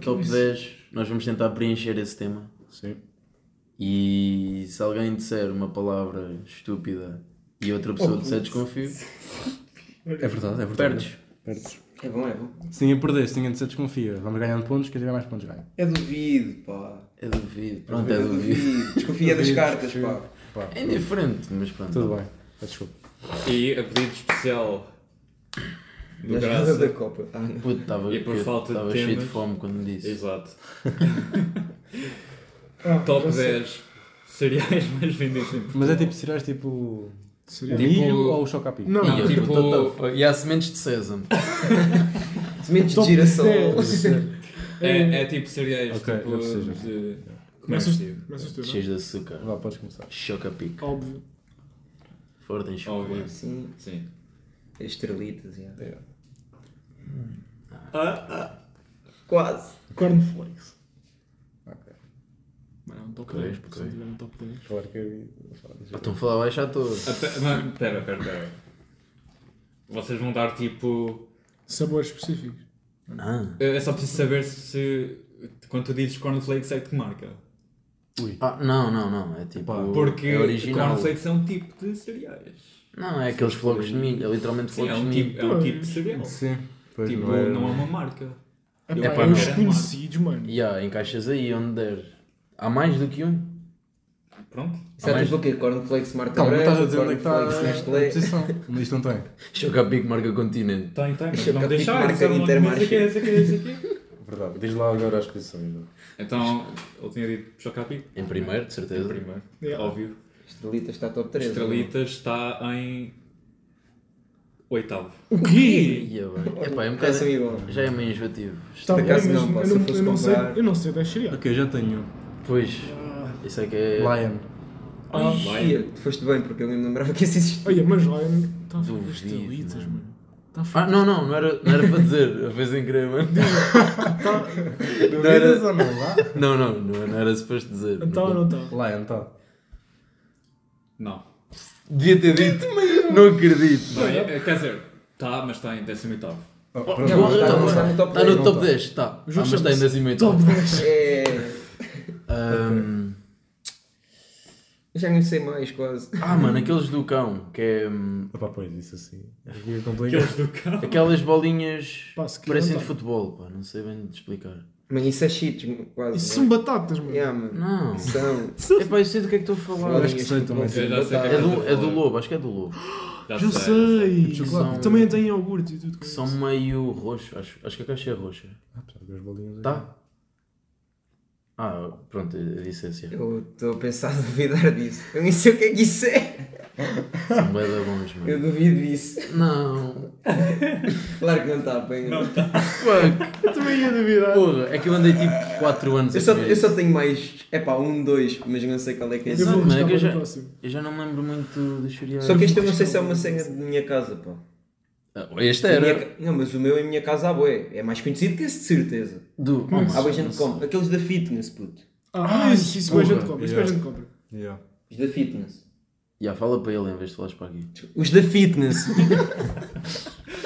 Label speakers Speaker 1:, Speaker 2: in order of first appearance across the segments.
Speaker 1: top 10, nós vamos tentar preencher esse tema.
Speaker 2: Sim.
Speaker 1: E se alguém disser uma palavra estúpida e outra
Speaker 3: Oh,
Speaker 1: pessoa disser desconfio,
Speaker 2: É verdade, é verdade.
Speaker 1: perdes.
Speaker 2: Perdes.
Speaker 4: É bom, é bom.
Speaker 2: Se ninguém perder, se ninguém disser desconfia, vamos ganhando pontos, quem tiver mais pontos ganha.
Speaker 4: É duvido, pá.
Speaker 1: É duvido. Pronto, é
Speaker 4: É
Speaker 1: duvido.
Speaker 4: duvido. Desconfia das
Speaker 2: Duvido,
Speaker 4: cartas,
Speaker 2: desconfio.
Speaker 4: pá.
Speaker 2: Pá,
Speaker 1: É indiferente, mas pronto.
Speaker 2: tudo bem. Ah, Desculpa.
Speaker 3: E a pedido especial do
Speaker 4: Na jogada
Speaker 3: Graça.
Speaker 4: da Copa. Ah, não.
Speaker 1: Puto, estava
Speaker 3: E por falta de
Speaker 1: estava cheio de
Speaker 3: temas-
Speaker 1: fome quando me disse.
Speaker 3: Exato.
Speaker 5: Ah,
Speaker 3: Top
Speaker 5: já sei.
Speaker 3: 10 cereais mais vendidos em Portugal.
Speaker 2: Mas é tipo cereais tipo.
Speaker 5: Seria-
Speaker 2: Milho ou chocapi?
Speaker 5: Não,
Speaker 1: E,
Speaker 5: não.
Speaker 1: eu,
Speaker 3: Tipo-
Speaker 1: tipo... e há sementes de sésamo.
Speaker 4: Sementes de
Speaker 5: Top
Speaker 4: girassol.
Speaker 5: 10. Hum.
Speaker 3: É, é tipo cereais
Speaker 2: Ok,
Speaker 3: tipo
Speaker 2: não precisa.
Speaker 3: de. Como é que
Speaker 5: Começas
Speaker 3: se diz?
Speaker 5: começas tu, não?
Speaker 1: Cheios de açúcar.
Speaker 2: Vá, podes começar.
Speaker 1: Choca-pic.
Speaker 5: Óbvio.
Speaker 1: Fortem
Speaker 3: Óbvio. é.
Speaker 1: chocolate.
Speaker 4: Sim,
Speaker 3: Sim.
Speaker 4: estrelitas, já.
Speaker 2: É.
Speaker 4: Quase.
Speaker 5: Cornflakes.
Speaker 2: Ok.
Speaker 5: Mas não, top
Speaker 1: Ok,
Speaker 5: 10.
Speaker 1: ok.
Speaker 5: Se não tiver no top 10.
Speaker 2: Claro que eu ia falar disso.
Speaker 1: Ah, Estão a falar baixo à toa.
Speaker 3: Até- mas- Pera, pera, pera. Vocês vão dar tipo.
Speaker 5: Sabores específicos.
Speaker 1: Ah.
Speaker 3: É só preciso saber se. Quando tu dizes cornflakes é que marca.
Speaker 1: Ah, não, não, não. É tipo.
Speaker 2: Pá,
Speaker 3: Porque
Speaker 1: é original.
Speaker 3: cornflakes é um tipo de cereais.
Speaker 1: Não, é aqueles flocos de milho. É literalmente
Speaker 3: Sim, é
Speaker 1: flocos de
Speaker 3: um
Speaker 1: milho.
Speaker 3: tipo, é um tipo de cereal.
Speaker 2: Sim. Pois
Speaker 3: Tipo,
Speaker 2: é-
Speaker 3: não é uma marca.
Speaker 5: É,
Speaker 3: Eu
Speaker 5: pá,
Speaker 1: pá,
Speaker 5: é
Speaker 1: não.
Speaker 5: os conhecidos, mano.
Speaker 1: E há, encaixas aí onde der. Há mais do que um?
Speaker 3: Pronto.
Speaker 4: Isso
Speaker 1: Ah,
Speaker 4: é
Speaker 1: mas-
Speaker 4: tipo o quê? Cornflakes Marta
Speaker 2: Calma, não
Speaker 4: Branca,
Speaker 2: estás a dizer onde é que está
Speaker 4: Cornflakes
Speaker 2: a
Speaker 4: Nestlé.
Speaker 2: posição. Mas Isto não tem.
Speaker 1: Choca-pic marca continente.
Speaker 3: Tem, tem, Tá mas
Speaker 4: Deixa eu
Speaker 3: não
Speaker 4: ver
Speaker 3: deixar.
Speaker 4: marca
Speaker 3: isso é
Speaker 4: de
Speaker 3: uma-
Speaker 4: Intermarché.
Speaker 3: isso aqui, isso aqui, isso aqui.
Speaker 2: Verdade. Diz lá agora as posições.
Speaker 3: Então, ele tinha dito Chocapi.
Speaker 1: Em primeiro, de certeza.
Speaker 3: Primeiro,
Speaker 5: Yeah.
Speaker 3: óbvio.
Speaker 4: Estrelitas está top 3.
Speaker 3: Estrelitas está em. oitavo.
Speaker 5: O quê?
Speaker 1: E é bem. Epá, é um
Speaker 4: Essa é
Speaker 1: bocado.
Speaker 4: igual.
Speaker 1: Já é meio enjoativo.
Speaker 5: Tá bem, mas
Speaker 4: acaso não,
Speaker 5: eu
Speaker 4: pá,
Speaker 5: não-
Speaker 4: se eu fosse
Speaker 5: eu não sei-
Speaker 4: comprar-
Speaker 5: eu não sei é das cereais.
Speaker 2: Ok, já tenho.
Speaker 1: Pois. Isso é que é.
Speaker 2: Lion.
Speaker 4: Ai, tu foste bem, porque eu nem me lembrava que esse existia.
Speaker 5: Olha, mas tá, lá está a
Speaker 1: Duvido,
Speaker 5: falar estrelitas,
Speaker 1: mano.
Speaker 5: mano. Está a
Speaker 1: é? Ah, não, não, não era, não era para dizer. A vez em querer, mano. Não
Speaker 2: Duvidas
Speaker 1: era.
Speaker 2: ou não? Vá.
Speaker 1: Não, não, não, não era suposto dizer.
Speaker 5: Então ou não está?
Speaker 2: Lion, tá. está.
Speaker 3: Não.
Speaker 1: Devia ter dito. Não acredito.
Speaker 3: Não, é- é- quer dizer, está, mas está em décimo oitavo.
Speaker 2: Oh,
Speaker 4: não,
Speaker 2: pronto.
Speaker 4: está-
Speaker 2: Tá, tá.
Speaker 4: está no top
Speaker 1: Está
Speaker 4: 10.
Speaker 1: no
Speaker 2: não
Speaker 1: top
Speaker 2: tá.
Speaker 1: 10, está. Ah,
Speaker 5: O
Speaker 1: mas
Speaker 5: jogo
Speaker 1: está em
Speaker 5: chama-se
Speaker 1: 18.
Speaker 5: Top 10.
Speaker 4: É.
Speaker 1: Ah, Ahm,
Speaker 4: Eu Já nem sei mais, quase.
Speaker 1: ah, mano, aqueles do cão, que é. hum,
Speaker 2: Opa, pois, isso assim. Aqui é complicado.
Speaker 3: Aqueles do carro.
Speaker 1: Aquelas bolinhas
Speaker 5: Pá, se
Speaker 1: que
Speaker 5: quiser,
Speaker 1: parecem
Speaker 5: tá.
Speaker 1: de futebol, pá, não sei bem de explicar.
Speaker 4: Mas isso é cheats, quase.
Speaker 5: Isso
Speaker 4: não
Speaker 5: são batatas,
Speaker 4: é?
Speaker 5: mano.
Speaker 4: Yeah, mano.
Speaker 1: Não.
Speaker 4: São.
Speaker 1: É pá, eu sei do que é que estou a falar.
Speaker 2: Sim. acho que sei também.
Speaker 3: Eu já sei
Speaker 1: É do, é do lobo, acho que é do lobo.
Speaker 3: Já
Speaker 5: Já sei.
Speaker 2: Tipo chocolate.
Speaker 5: Também tem iogurte e tudo.
Speaker 1: Que são meio roxo, acho, acho que a caixa é roxa.
Speaker 2: Ah, pá, duas bolinhas aí.
Speaker 1: Tá? Ah, pronto, eu disse assim.
Speaker 4: Eu estou a pensar a duvidar disso. Eu nem sei o que é que isso é.
Speaker 1: São bué da bons,
Speaker 4: Eu
Speaker 1: mano.
Speaker 4: duvido disso.
Speaker 1: Não.
Speaker 4: Claro que não está, bem.
Speaker 1: Fuck.
Speaker 5: Também ia duvidar.
Speaker 1: Porra, é que eu andei tipo 4 anos
Speaker 4: Eu
Speaker 1: a
Speaker 4: só,
Speaker 1: comer
Speaker 4: eu
Speaker 1: isso.
Speaker 4: só tenho mais. É pá, um, dois, mas eu não sei qual é que é
Speaker 5: Eu
Speaker 4: esse.
Speaker 1: Exato,
Speaker 5: vou
Speaker 1: mano, é que
Speaker 5: buscar para
Speaker 1: eu
Speaker 5: o
Speaker 1: já-
Speaker 5: próximo.
Speaker 1: Eu já não me lembro muito dos cereais.
Speaker 4: Só que este eu não sei se é uma senha da minha casa, pá.
Speaker 1: Ah, Este
Speaker 4: Da minha
Speaker 1: era.
Speaker 4: ca- Não, mas o meu em minha casa há boé. É mais conhecido que esse, de certeza. Ah,
Speaker 1: Do.
Speaker 5: Como é que
Speaker 4: Hum, Há boa gente que compra. Aqueles da fitness, puto.
Speaker 5: Ah,
Speaker 2: Ai,
Speaker 5: isso, isso, a gente
Speaker 2: porra.
Speaker 5: compra. Isso a gente
Speaker 2: Yeah.
Speaker 5: compra.
Speaker 2: Yeah.
Speaker 4: Os da fitness.
Speaker 1: Já, fala para ele em vez de falares para aqui.
Speaker 4: Os da fitness.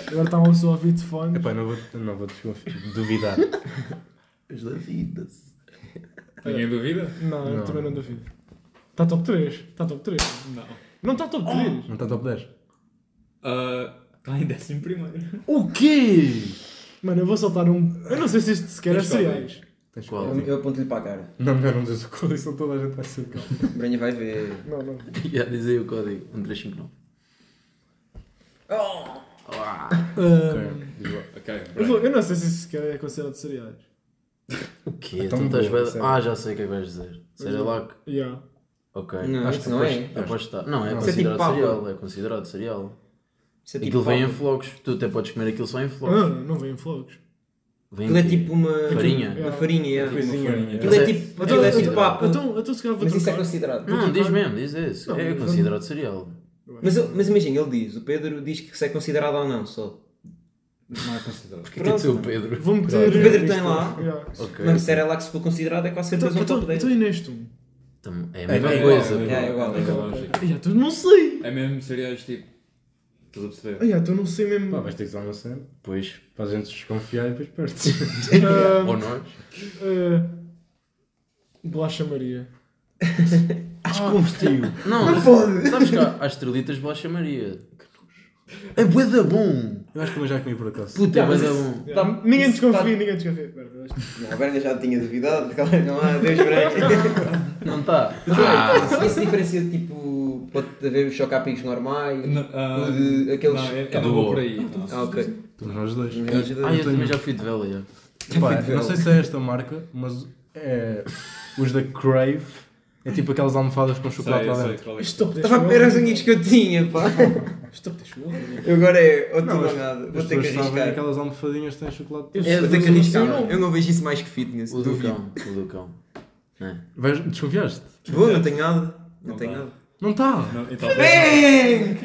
Speaker 5: Agora está uma pessoa a ouvir de fone.
Speaker 2: Epá, não vou, não vou desconfiar- duvidar.
Speaker 1: Os da vida.
Speaker 3: Ninguém duvida?
Speaker 5: É. Não, eu
Speaker 2: Não.
Speaker 5: também não duvido. Está top 3. Está top 3.
Speaker 3: Não.
Speaker 5: Não está top 3.
Speaker 2: Não está top 10?
Speaker 3: Está em décimo primeiro.
Speaker 1: O quê?
Speaker 5: Mano, eu vou soltar um. Eu não sei se isto sequer é
Speaker 3: Tens qual?
Speaker 5: cereais.
Speaker 2: Tens
Speaker 1: Qual?
Speaker 4: Eu, eu aponto-lhe para a cara.
Speaker 2: Não, melhor não dizer o código, senão toda a gente vai ser calma.
Speaker 4: Brenha vai ver.
Speaker 5: Não, não.
Speaker 1: Já dizia o código. 1359.
Speaker 5: Ah,
Speaker 3: Ok,
Speaker 5: eu, vou- eu não sei se isso sequer é considerado cereais.
Speaker 1: O quê?
Speaker 2: Então
Speaker 1: Então estás
Speaker 2: boa,
Speaker 1: bem-
Speaker 2: sério.
Speaker 1: Ah, já sei o que é que vais dizer. Cerelac.
Speaker 5: Yeah.
Speaker 1: Ok.
Speaker 4: Não,
Speaker 2: Acho
Speaker 4: isso
Speaker 2: que
Speaker 4: não
Speaker 2: depois-
Speaker 4: é.
Speaker 1: Aposto que está. Não, é
Speaker 2: Não.
Speaker 4: Isso é tipo
Speaker 1: considerado
Speaker 4: papa.
Speaker 1: cereal. É considerado cereal.
Speaker 4: Isso é
Speaker 1: Aquilo vem em
Speaker 4: papa.
Speaker 1: flocos. Tu até podes comer aquilo só em
Speaker 5: Ah,
Speaker 1: flocos.
Speaker 5: não vem em flocos.
Speaker 1: Vem
Speaker 4: Aquilo é
Speaker 1: aqui.
Speaker 4: tipo uma.
Speaker 1: Farinha.
Speaker 4: Uma farinha, é.
Speaker 2: Coisinha.
Speaker 4: Aquilo é
Speaker 1: Mas é-
Speaker 4: tipo.
Speaker 5: Então,
Speaker 4: Aquilo é
Speaker 1: eu-
Speaker 4: tipo
Speaker 1: eu-
Speaker 4: papa.
Speaker 5: então, então se calhar vou
Speaker 4: Mas isso é
Speaker 5: trocar.
Speaker 4: considerado.
Speaker 1: Não,
Speaker 5: Vou
Speaker 1: diz
Speaker 5: trocar.
Speaker 1: mesmo, diz esse.
Speaker 5: Não,
Speaker 1: É
Speaker 5: mas-
Speaker 1: considerado cereal.
Speaker 4: Mas, eu- mas imagina, ele diz, o Pedro diz que isso é considerado ou não só.
Speaker 3: Não é considerado.
Speaker 1: Porquê que é de ser o Pedro?
Speaker 5: Vou meter.
Speaker 4: O Pedro tem lá.
Speaker 5: Yeah.
Speaker 1: Ok.
Speaker 4: Mano, se era lá que se for considerado é quase
Speaker 5: Então,
Speaker 4: certeza um top
Speaker 5: então,
Speaker 4: 10.
Speaker 5: então e neste um?
Speaker 1: Tam- É a
Speaker 2: É
Speaker 1: mesma
Speaker 2: igual,
Speaker 1: coisa.
Speaker 4: é
Speaker 1: pá.
Speaker 4: igual, é igual.
Speaker 5: Ah, yeah, tu não então sei.
Speaker 3: É mesmo cereais tipo. Estás a perceber?
Speaker 5: Ai, então não sei mesmo.
Speaker 2: Pá, vais ter que usar uma cena.
Speaker 1: Pois.
Speaker 2: Para a gente desconfiar e depois perdes.
Speaker 5: Ah,
Speaker 1: Ou nós?
Speaker 5: ah, Bolacha Maria.
Speaker 2: Desconfio.
Speaker 1: Não, pode. Sabes que há, há estrelitas Bolacha Maria. É bué da bom.
Speaker 2: Eu acho que também já comi por acaso.
Speaker 1: Puta, é bué
Speaker 5: mas
Speaker 1: da
Speaker 5: isso-
Speaker 1: bom.
Speaker 5: Tá, ninguém
Speaker 4: isso tá-
Speaker 5: desconfia, ninguém desconfia. Pera, pera,
Speaker 4: Não, agora ainda já tinha duvidado, claro, não há, Deus Ah. branco.
Speaker 1: Não tá. está?
Speaker 4: Isso- Isso diferencia de tipo. Pode haver os chocapicos normais, o de aqueles.
Speaker 3: ah, Não, eu,
Speaker 1: é
Speaker 3: eu não
Speaker 1: do
Speaker 3: vou
Speaker 1: ouro.
Speaker 3: por aí. não.
Speaker 4: Ah, ok.
Speaker 2: Estamos nós dois.
Speaker 1: Ah, eu também já fui de vela. já.
Speaker 2: Pá,
Speaker 4: fui de
Speaker 2: não sei se é esta marca, mas é. Os da Crave. É tipo aquelas almofadas com chocolate
Speaker 3: Sei, eu
Speaker 2: lá
Speaker 3: sei
Speaker 2: dentro.
Speaker 3: qual é.
Speaker 5: Isto top 10
Speaker 4: Estava a
Speaker 5: mil.
Speaker 4: ver as unhas que eu tinha, pá.
Speaker 5: Isto top 10 mil.
Speaker 4: Eu agora é ou
Speaker 2: Não,
Speaker 4: tudo ou
Speaker 2: as-
Speaker 4: nada. Vou
Speaker 2: As
Speaker 4: ter que
Speaker 2: pessoas sabem
Speaker 4: arriscar.
Speaker 2: aquelas almofadinhas que têm chocolate.
Speaker 5: Eu-
Speaker 1: É
Speaker 4: Vou ter que
Speaker 1: do-
Speaker 4: arriscar.
Speaker 5: Não,
Speaker 4: não. Eu não vejo isso mais que fitness.
Speaker 1: O do
Speaker 4: duvido.
Speaker 1: cão. O do cão.
Speaker 2: Vais- Desconfiaste?
Speaker 4: Vou, não tenho nada. Não
Speaker 3: Não
Speaker 4: tenho
Speaker 3: dá.
Speaker 4: nada.
Speaker 2: Não tá. está!
Speaker 3: Não, então,
Speaker 4: Bem!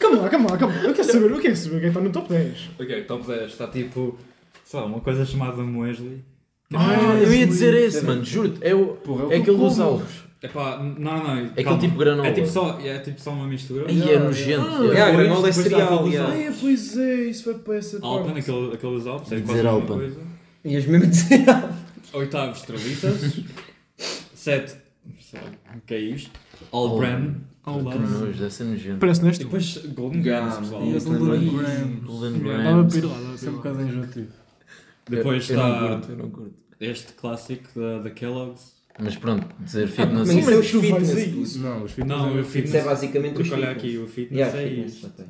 Speaker 5: Calma lá, calma lá, calma lá. Eu quero saber, eu quero saber quem está no top 10.
Speaker 3: ok, top 10. Está tipo. Sei lá, uma coisa chamada Muesli. Tipo,
Speaker 1: Ah, eu ia dizer esse, mano. Juro-te. É, o,
Speaker 2: Porra,
Speaker 1: é
Speaker 2: eu
Speaker 1: aquele dos
Speaker 2: como.
Speaker 1: alvos.
Speaker 3: Epá, n- não, não.
Speaker 1: Aquele
Speaker 3: calma.
Speaker 1: tipo granola.
Speaker 3: É tipo só, é tipo só uma mistura.
Speaker 1: Aí é nojento.
Speaker 4: É,
Speaker 1: é.
Speaker 4: a granola é
Speaker 3: Depois dá
Speaker 4: cereal.
Speaker 3: aquele
Speaker 4: yeah.
Speaker 3: Ah,
Speaker 5: pois é, isso vai para essa
Speaker 3: Alpen, aquele, aqueles Alpes. É
Speaker 1: Dizer
Speaker 3: quase a mesma
Speaker 1: Alpen.
Speaker 3: coisa.
Speaker 4: Ias mesmo dizer algo.
Speaker 3: Oitavo, Estrelitas. Sete. Sei lá, o que é isto? All Brand. All
Speaker 1: Que
Speaker 3: Love.
Speaker 1: nojo, deve ser nojento.
Speaker 5: Parece
Speaker 3: E
Speaker 5: neste.
Speaker 3: depois Golden
Speaker 4: Yeah,
Speaker 3: Grams, pessoal.
Speaker 4: yeah.
Speaker 1: Golden
Speaker 5: Dava
Speaker 1: Graham.
Speaker 5: para ir lá, dava
Speaker 2: Isso
Speaker 5: para ir
Speaker 2: é um
Speaker 5: lá.
Speaker 2: bocado enjoativo.
Speaker 3: Depois
Speaker 1: Eu- eu não
Speaker 3: está
Speaker 1: curto, eu não curto.
Speaker 3: este clássico da, da Kellogg's.
Speaker 1: Mas pronto, dizer fitness.
Speaker 4: Mas isso é os
Speaker 5: Mas tu vais
Speaker 4: fitness.
Speaker 5: aí.
Speaker 4: puto.
Speaker 2: Não, os filhos
Speaker 3: Não, eu fiz-
Speaker 4: Isso é basicamente os
Speaker 3: Porque olha aqui
Speaker 4: fitness.
Speaker 3: o fitness
Speaker 4: Yeah,
Speaker 3: é
Speaker 4: fitness,
Speaker 3: isto.
Speaker 4: ok.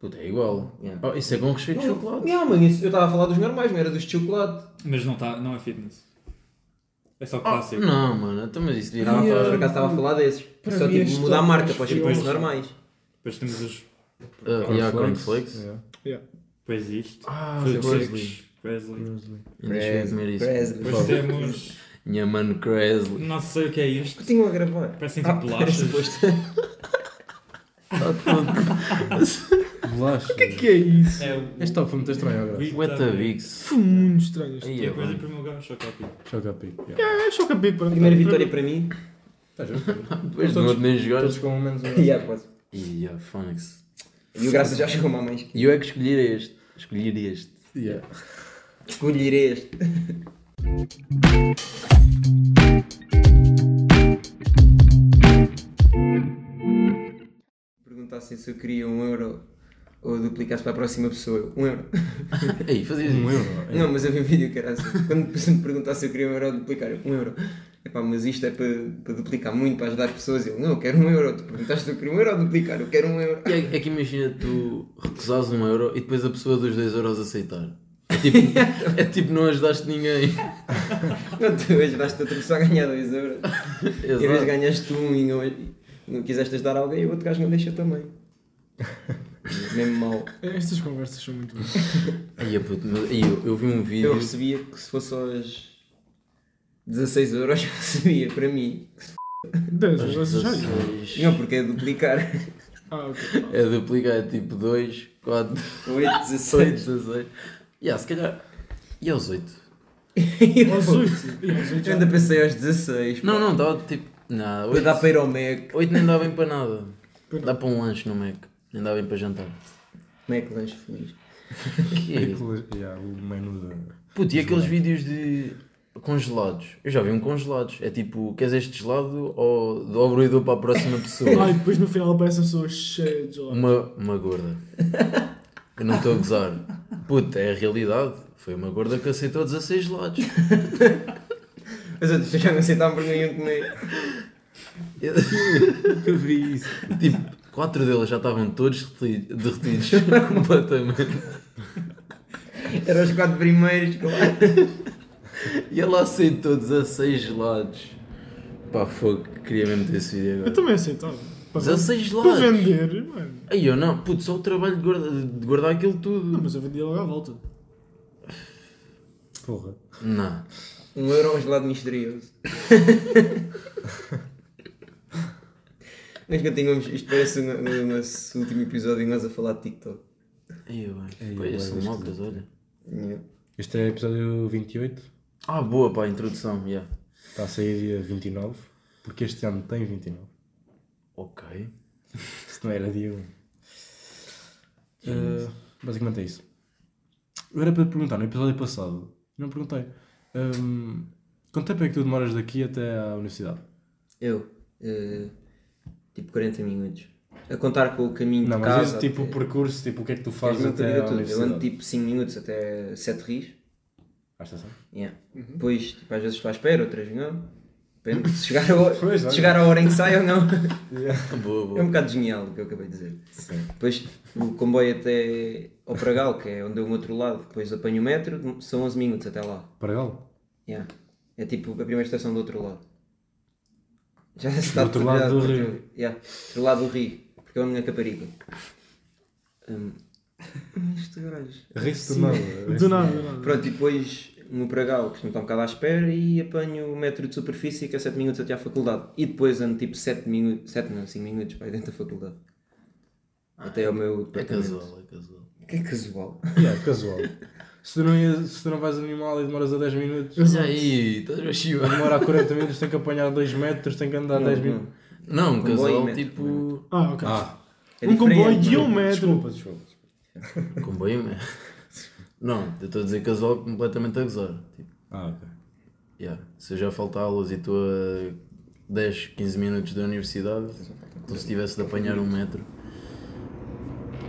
Speaker 1: Puta, é igual.
Speaker 4: Yeah.
Speaker 1: Oh, isso é com recheio de
Speaker 4: Não,
Speaker 1: chocolate.
Speaker 4: não, mano, isso- eu estava a falar dos normais, não era dos de chocolate.
Speaker 3: Mas não, tá, não é fitness. É só
Speaker 1: Ah,
Speaker 3: clássico.
Speaker 1: não, mano, então, mas isso
Speaker 4: Eu
Speaker 1: devia
Speaker 4: Estava a falar,
Speaker 5: Yeah.
Speaker 4: por acaso estava a falar desses.
Speaker 5: Para
Speaker 4: Só
Speaker 5: mim
Speaker 4: tipo
Speaker 5: este
Speaker 4: mudar a
Speaker 5: top
Speaker 4: marca
Speaker 5: dez
Speaker 4: para os
Speaker 5: foi
Speaker 4: tipos
Speaker 5: hoje.
Speaker 4: normais.
Speaker 3: Depois temos os.
Speaker 1: Uh, yeah, cornflakes.
Speaker 2: Yeah.
Speaker 3: Depois é isto.
Speaker 2: Ah, Hum.
Speaker 3: Depois
Speaker 1: foi
Speaker 3: os
Speaker 1: Grizzly.
Speaker 3: chicos, Grizzly.
Speaker 2: Grizzly.
Speaker 1: Ainda cheguei a comer isso.
Speaker 4: Presley.
Speaker 3: Depois temos.
Speaker 1: Minha mano Cresley.
Speaker 3: Não sei o que é isto.
Speaker 4: Continuo a gravar.
Speaker 3: Parecem tipo
Speaker 4: era
Speaker 3: bolachas.
Speaker 4: Ah, suposto.
Speaker 2: Bolachas.
Speaker 5: O que é que é isso?
Speaker 3: É o.
Speaker 2: Este top foi muito estranho agora.
Speaker 1: Wetabix.
Speaker 5: Foi muito estranho isto.
Speaker 1: Aí
Speaker 3: E
Speaker 1: é
Speaker 3: a coisa em
Speaker 1: bom.
Speaker 3: primeiro lugar, só que aqui.
Speaker 2: Choca pico. Yeah.
Speaker 5: É só capítulo, pronto.
Speaker 4: Primeira vitória para mim.
Speaker 2: Tá justo.
Speaker 1: Depois não nem jogar.
Speaker 2: Todos com menos um.
Speaker 4: Yeah, quase.
Speaker 1: E a Phonics.
Speaker 4: E o Graça já chegou a mais.
Speaker 1: E eu é que escolher este. Escolher este.
Speaker 2: Yeah.
Speaker 4: Escolher este. Perguntassem se eu queria um euro ou duplicasse para a próxima pessoa. eu, Um euro.
Speaker 1: Aí, fazias
Speaker 2: Um
Speaker 1: isso.
Speaker 2: euro.
Speaker 4: Não, mas eu vi um vídeo que era assim. Quando me perguntasse se eu queria um euro ou duplicar, eu, um euro. Epá, mas isto é para, para duplicar muito, para ajudar pessoas. Eu, não, eu quero um euro. Tu perguntaste se eu queria um euro ou duplicar, eu quero um euro.
Speaker 1: E é, é que imagina tu recusares um euro e depois a pessoa dos dois euros aceitar. É tipo, é tipo não ajudaste ninguém.
Speaker 4: Não, tu ajudaste outra pessoa a ganhar dois euros. E às vezes
Speaker 1: Exato.
Speaker 4: ganhaste um e não, e não quiseste ajudar alguém, o outro gajo não deixa também. Mesmo mal.
Speaker 5: Estas conversas são muito boas.
Speaker 1: Aí, é puto, mas- aí, eu, eu vi um vídeo.
Speaker 4: Eu recebia que se fosse aos 16 euros, eu recebia para mim.
Speaker 5: 10,
Speaker 1: aos
Speaker 5: mas já.
Speaker 1: 16.
Speaker 4: Não, porque é duplicar.
Speaker 5: Ah, ok.
Speaker 1: É duplicar, é tipo 2, 4,
Speaker 4: 8,
Speaker 1: 8,
Speaker 4: 16.
Speaker 1: 16. Yeah, se calhar. E aos 8?
Speaker 5: Aos 8. E aos 8
Speaker 4: Eu
Speaker 5: já.
Speaker 4: ainda pensei aos 16. pá.
Speaker 1: Não, não, dava tipo. Não,
Speaker 4: Vai
Speaker 1: 8,
Speaker 4: dar para ir ao Mac.
Speaker 1: 8 nem dá bem para nada.
Speaker 5: Pois
Speaker 1: Dá para um lanche no Mac. Nem dá bem para jantar.
Speaker 4: Mac lanche feliz.
Speaker 1: Que é isso?
Speaker 2: Aquele- yeah, o menu da.
Speaker 1: Puto, e aqueles vídeos de congelados? Eu já vi um congelados. É tipo, queres este gelado ou dobro o dou para a próxima
Speaker 5: Ah,
Speaker 1: pessoa?
Speaker 5: e depois no final aparece a pessoa cheia de gelado.
Speaker 1: Uma, uma gorda. Eu não estou a gozar. Puto, é a realidade. Foi uma gorda que aceitou 16 gelados.
Speaker 4: Mas eu já não aceitava porque não iam comer.
Speaker 2: Nunca vi isso.
Speaker 1: Tipo, quatro deles já estavam todos derreti- derretidos completamente.
Speaker 4: Eram os quatro primeiros, claro.
Speaker 1: E ela aceitou 16 gelados. Pá, fogo, queria mesmo ter esse vídeo
Speaker 5: Eu
Speaker 1: agora.
Speaker 5: também aceitava. Para,
Speaker 1: 16
Speaker 5: para
Speaker 1: gelados!
Speaker 5: vender, mano.
Speaker 1: Aí eu não, puto, só o trabalho de guarda- de guardar, aquilo
Speaker 5: Não,
Speaker 1: tudo.
Speaker 5: mas eu vendia logo à volta.
Speaker 2: Porra.
Speaker 1: Não.
Speaker 4: Um euro é um gelado misterioso. Mas continuamos, isto parece o no- o nosso último episódio e nós a falar de TikTok.
Speaker 1: Aí eu, bem.
Speaker 2: Aí,
Speaker 1: Pá,
Speaker 2: eu,
Speaker 1: esses são
Speaker 2: bem,
Speaker 1: mocas,
Speaker 2: esquisito.
Speaker 1: olha.
Speaker 2: Este é episódio 28.
Speaker 1: Ah, boa, pá, a introdução, yeah.
Speaker 2: Está a sair dia 29. Porque este ano tem 29.
Speaker 1: Ok.
Speaker 5: É
Speaker 2: Se não era dia 1. Eh, basicamente é isso. Eu era para te perguntar no episódio passado, não perguntei. Hum, quanto tempo é que tu demoras daqui até à universidade?
Speaker 4: Eu, eh, tipo 40 minutos. A contar com o caminho
Speaker 2: Não,
Speaker 4: de
Speaker 2: mas
Speaker 4: casa.
Speaker 2: isso, tipo o
Speaker 4: até-
Speaker 2: percurso, tipo o que é que tu
Speaker 4: Faz
Speaker 2: fazes
Speaker 4: uma
Speaker 2: até à
Speaker 4: corrida toda. Eu ando
Speaker 2: universidade?
Speaker 4: tipo 5 minutos até 7 rios.
Speaker 2: À estação?
Speaker 4: Yeah. Depois, tipo, às vezes estou à espera, outras não. Depende de se chegar a hora,
Speaker 2: Pois,
Speaker 4: se
Speaker 2: olha.
Speaker 4: chegar a hora em que sai ou não.
Speaker 1: Boa,
Speaker 4: É um
Speaker 1: boa.
Speaker 4: bocado genial o que eu acabei de dizer.
Speaker 2: Sim.
Speaker 4: Depois o comboio até ao Pragal, que é onde é o outro lado. Depois apanho o metro, são 11 minutos até lá.
Speaker 2: Para ela?
Speaker 4: Yeah. É tipo a primeira estação do outro lado. Já se
Speaker 2: Do outro lado do rio.
Speaker 4: Yeah. Outro lado do rio. Porque é eu ando na Caparica. Hum. Este gajo. é
Speaker 2: Ri-se do nada. ri-se
Speaker 5: Do nada, do nada.
Speaker 4: Pronto, e depois no Pragal costumo estar um bocado à espera e apanho o metro de superfície que é 7 minutos até à faculdade. E depois ando tipo 7 minutos, 7 não, 5 minutos para dentro da faculdade. até ao meu
Speaker 1: É
Speaker 4: departamento.
Speaker 1: casual, é casual.
Speaker 4: que é casual.
Speaker 2: Yeah, casual. Se tu, não ias, se tu não vais animal e demoras a 10 minutos,
Speaker 1: Mas aí, estás a chivar.
Speaker 2: demora a 40 minutos, tem que apanhar 2 metros, tem que andar 10 minutos.
Speaker 1: Não, um
Speaker 4: Comboio e
Speaker 1: casal
Speaker 4: metro,
Speaker 1: tipo.
Speaker 5: Ah, ok.
Speaker 2: Ah,
Speaker 4: É
Speaker 5: um comboio de
Speaker 4: diferente,
Speaker 5: um metro.
Speaker 2: desculpa, desculpa.
Speaker 1: Comboio, né? Não, eu estou a dizer casal completamente a gozar. Tipo,
Speaker 2: Ah, ok.
Speaker 1: yeah. Se eu já falta aulas e estou a 10, 15 minutos da universidade, então se tivesse de apanhar um metro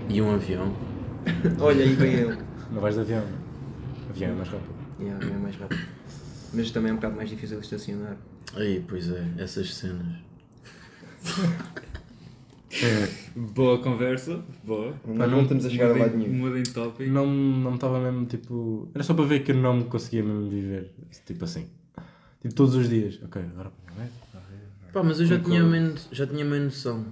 Speaker 1: e um avião,
Speaker 4: mano. Olha, aí vem ele.
Speaker 2: Não vais de avião, não? Avião é mais rápido.
Speaker 4: Yeah, é mais rápido. Mas também é um bocado mais difícil de estacionar.
Speaker 1: aí, pois é, essas cenas.
Speaker 3: Boa conversa, boa.
Speaker 4: Mas não estamos a chegar a lado
Speaker 3: Mudem-
Speaker 4: nenhum.
Speaker 3: Mudem de
Speaker 2: E
Speaker 3: topic.
Speaker 2: Não não estava mesmo tipo. Era só para ver que eu não me conseguia mesmo viver. Tipo assim. Tipo todos os dias. Ok, agora.
Speaker 1: Pá, mas eu já tinha, menos, já tinha menos noção.
Speaker 5: não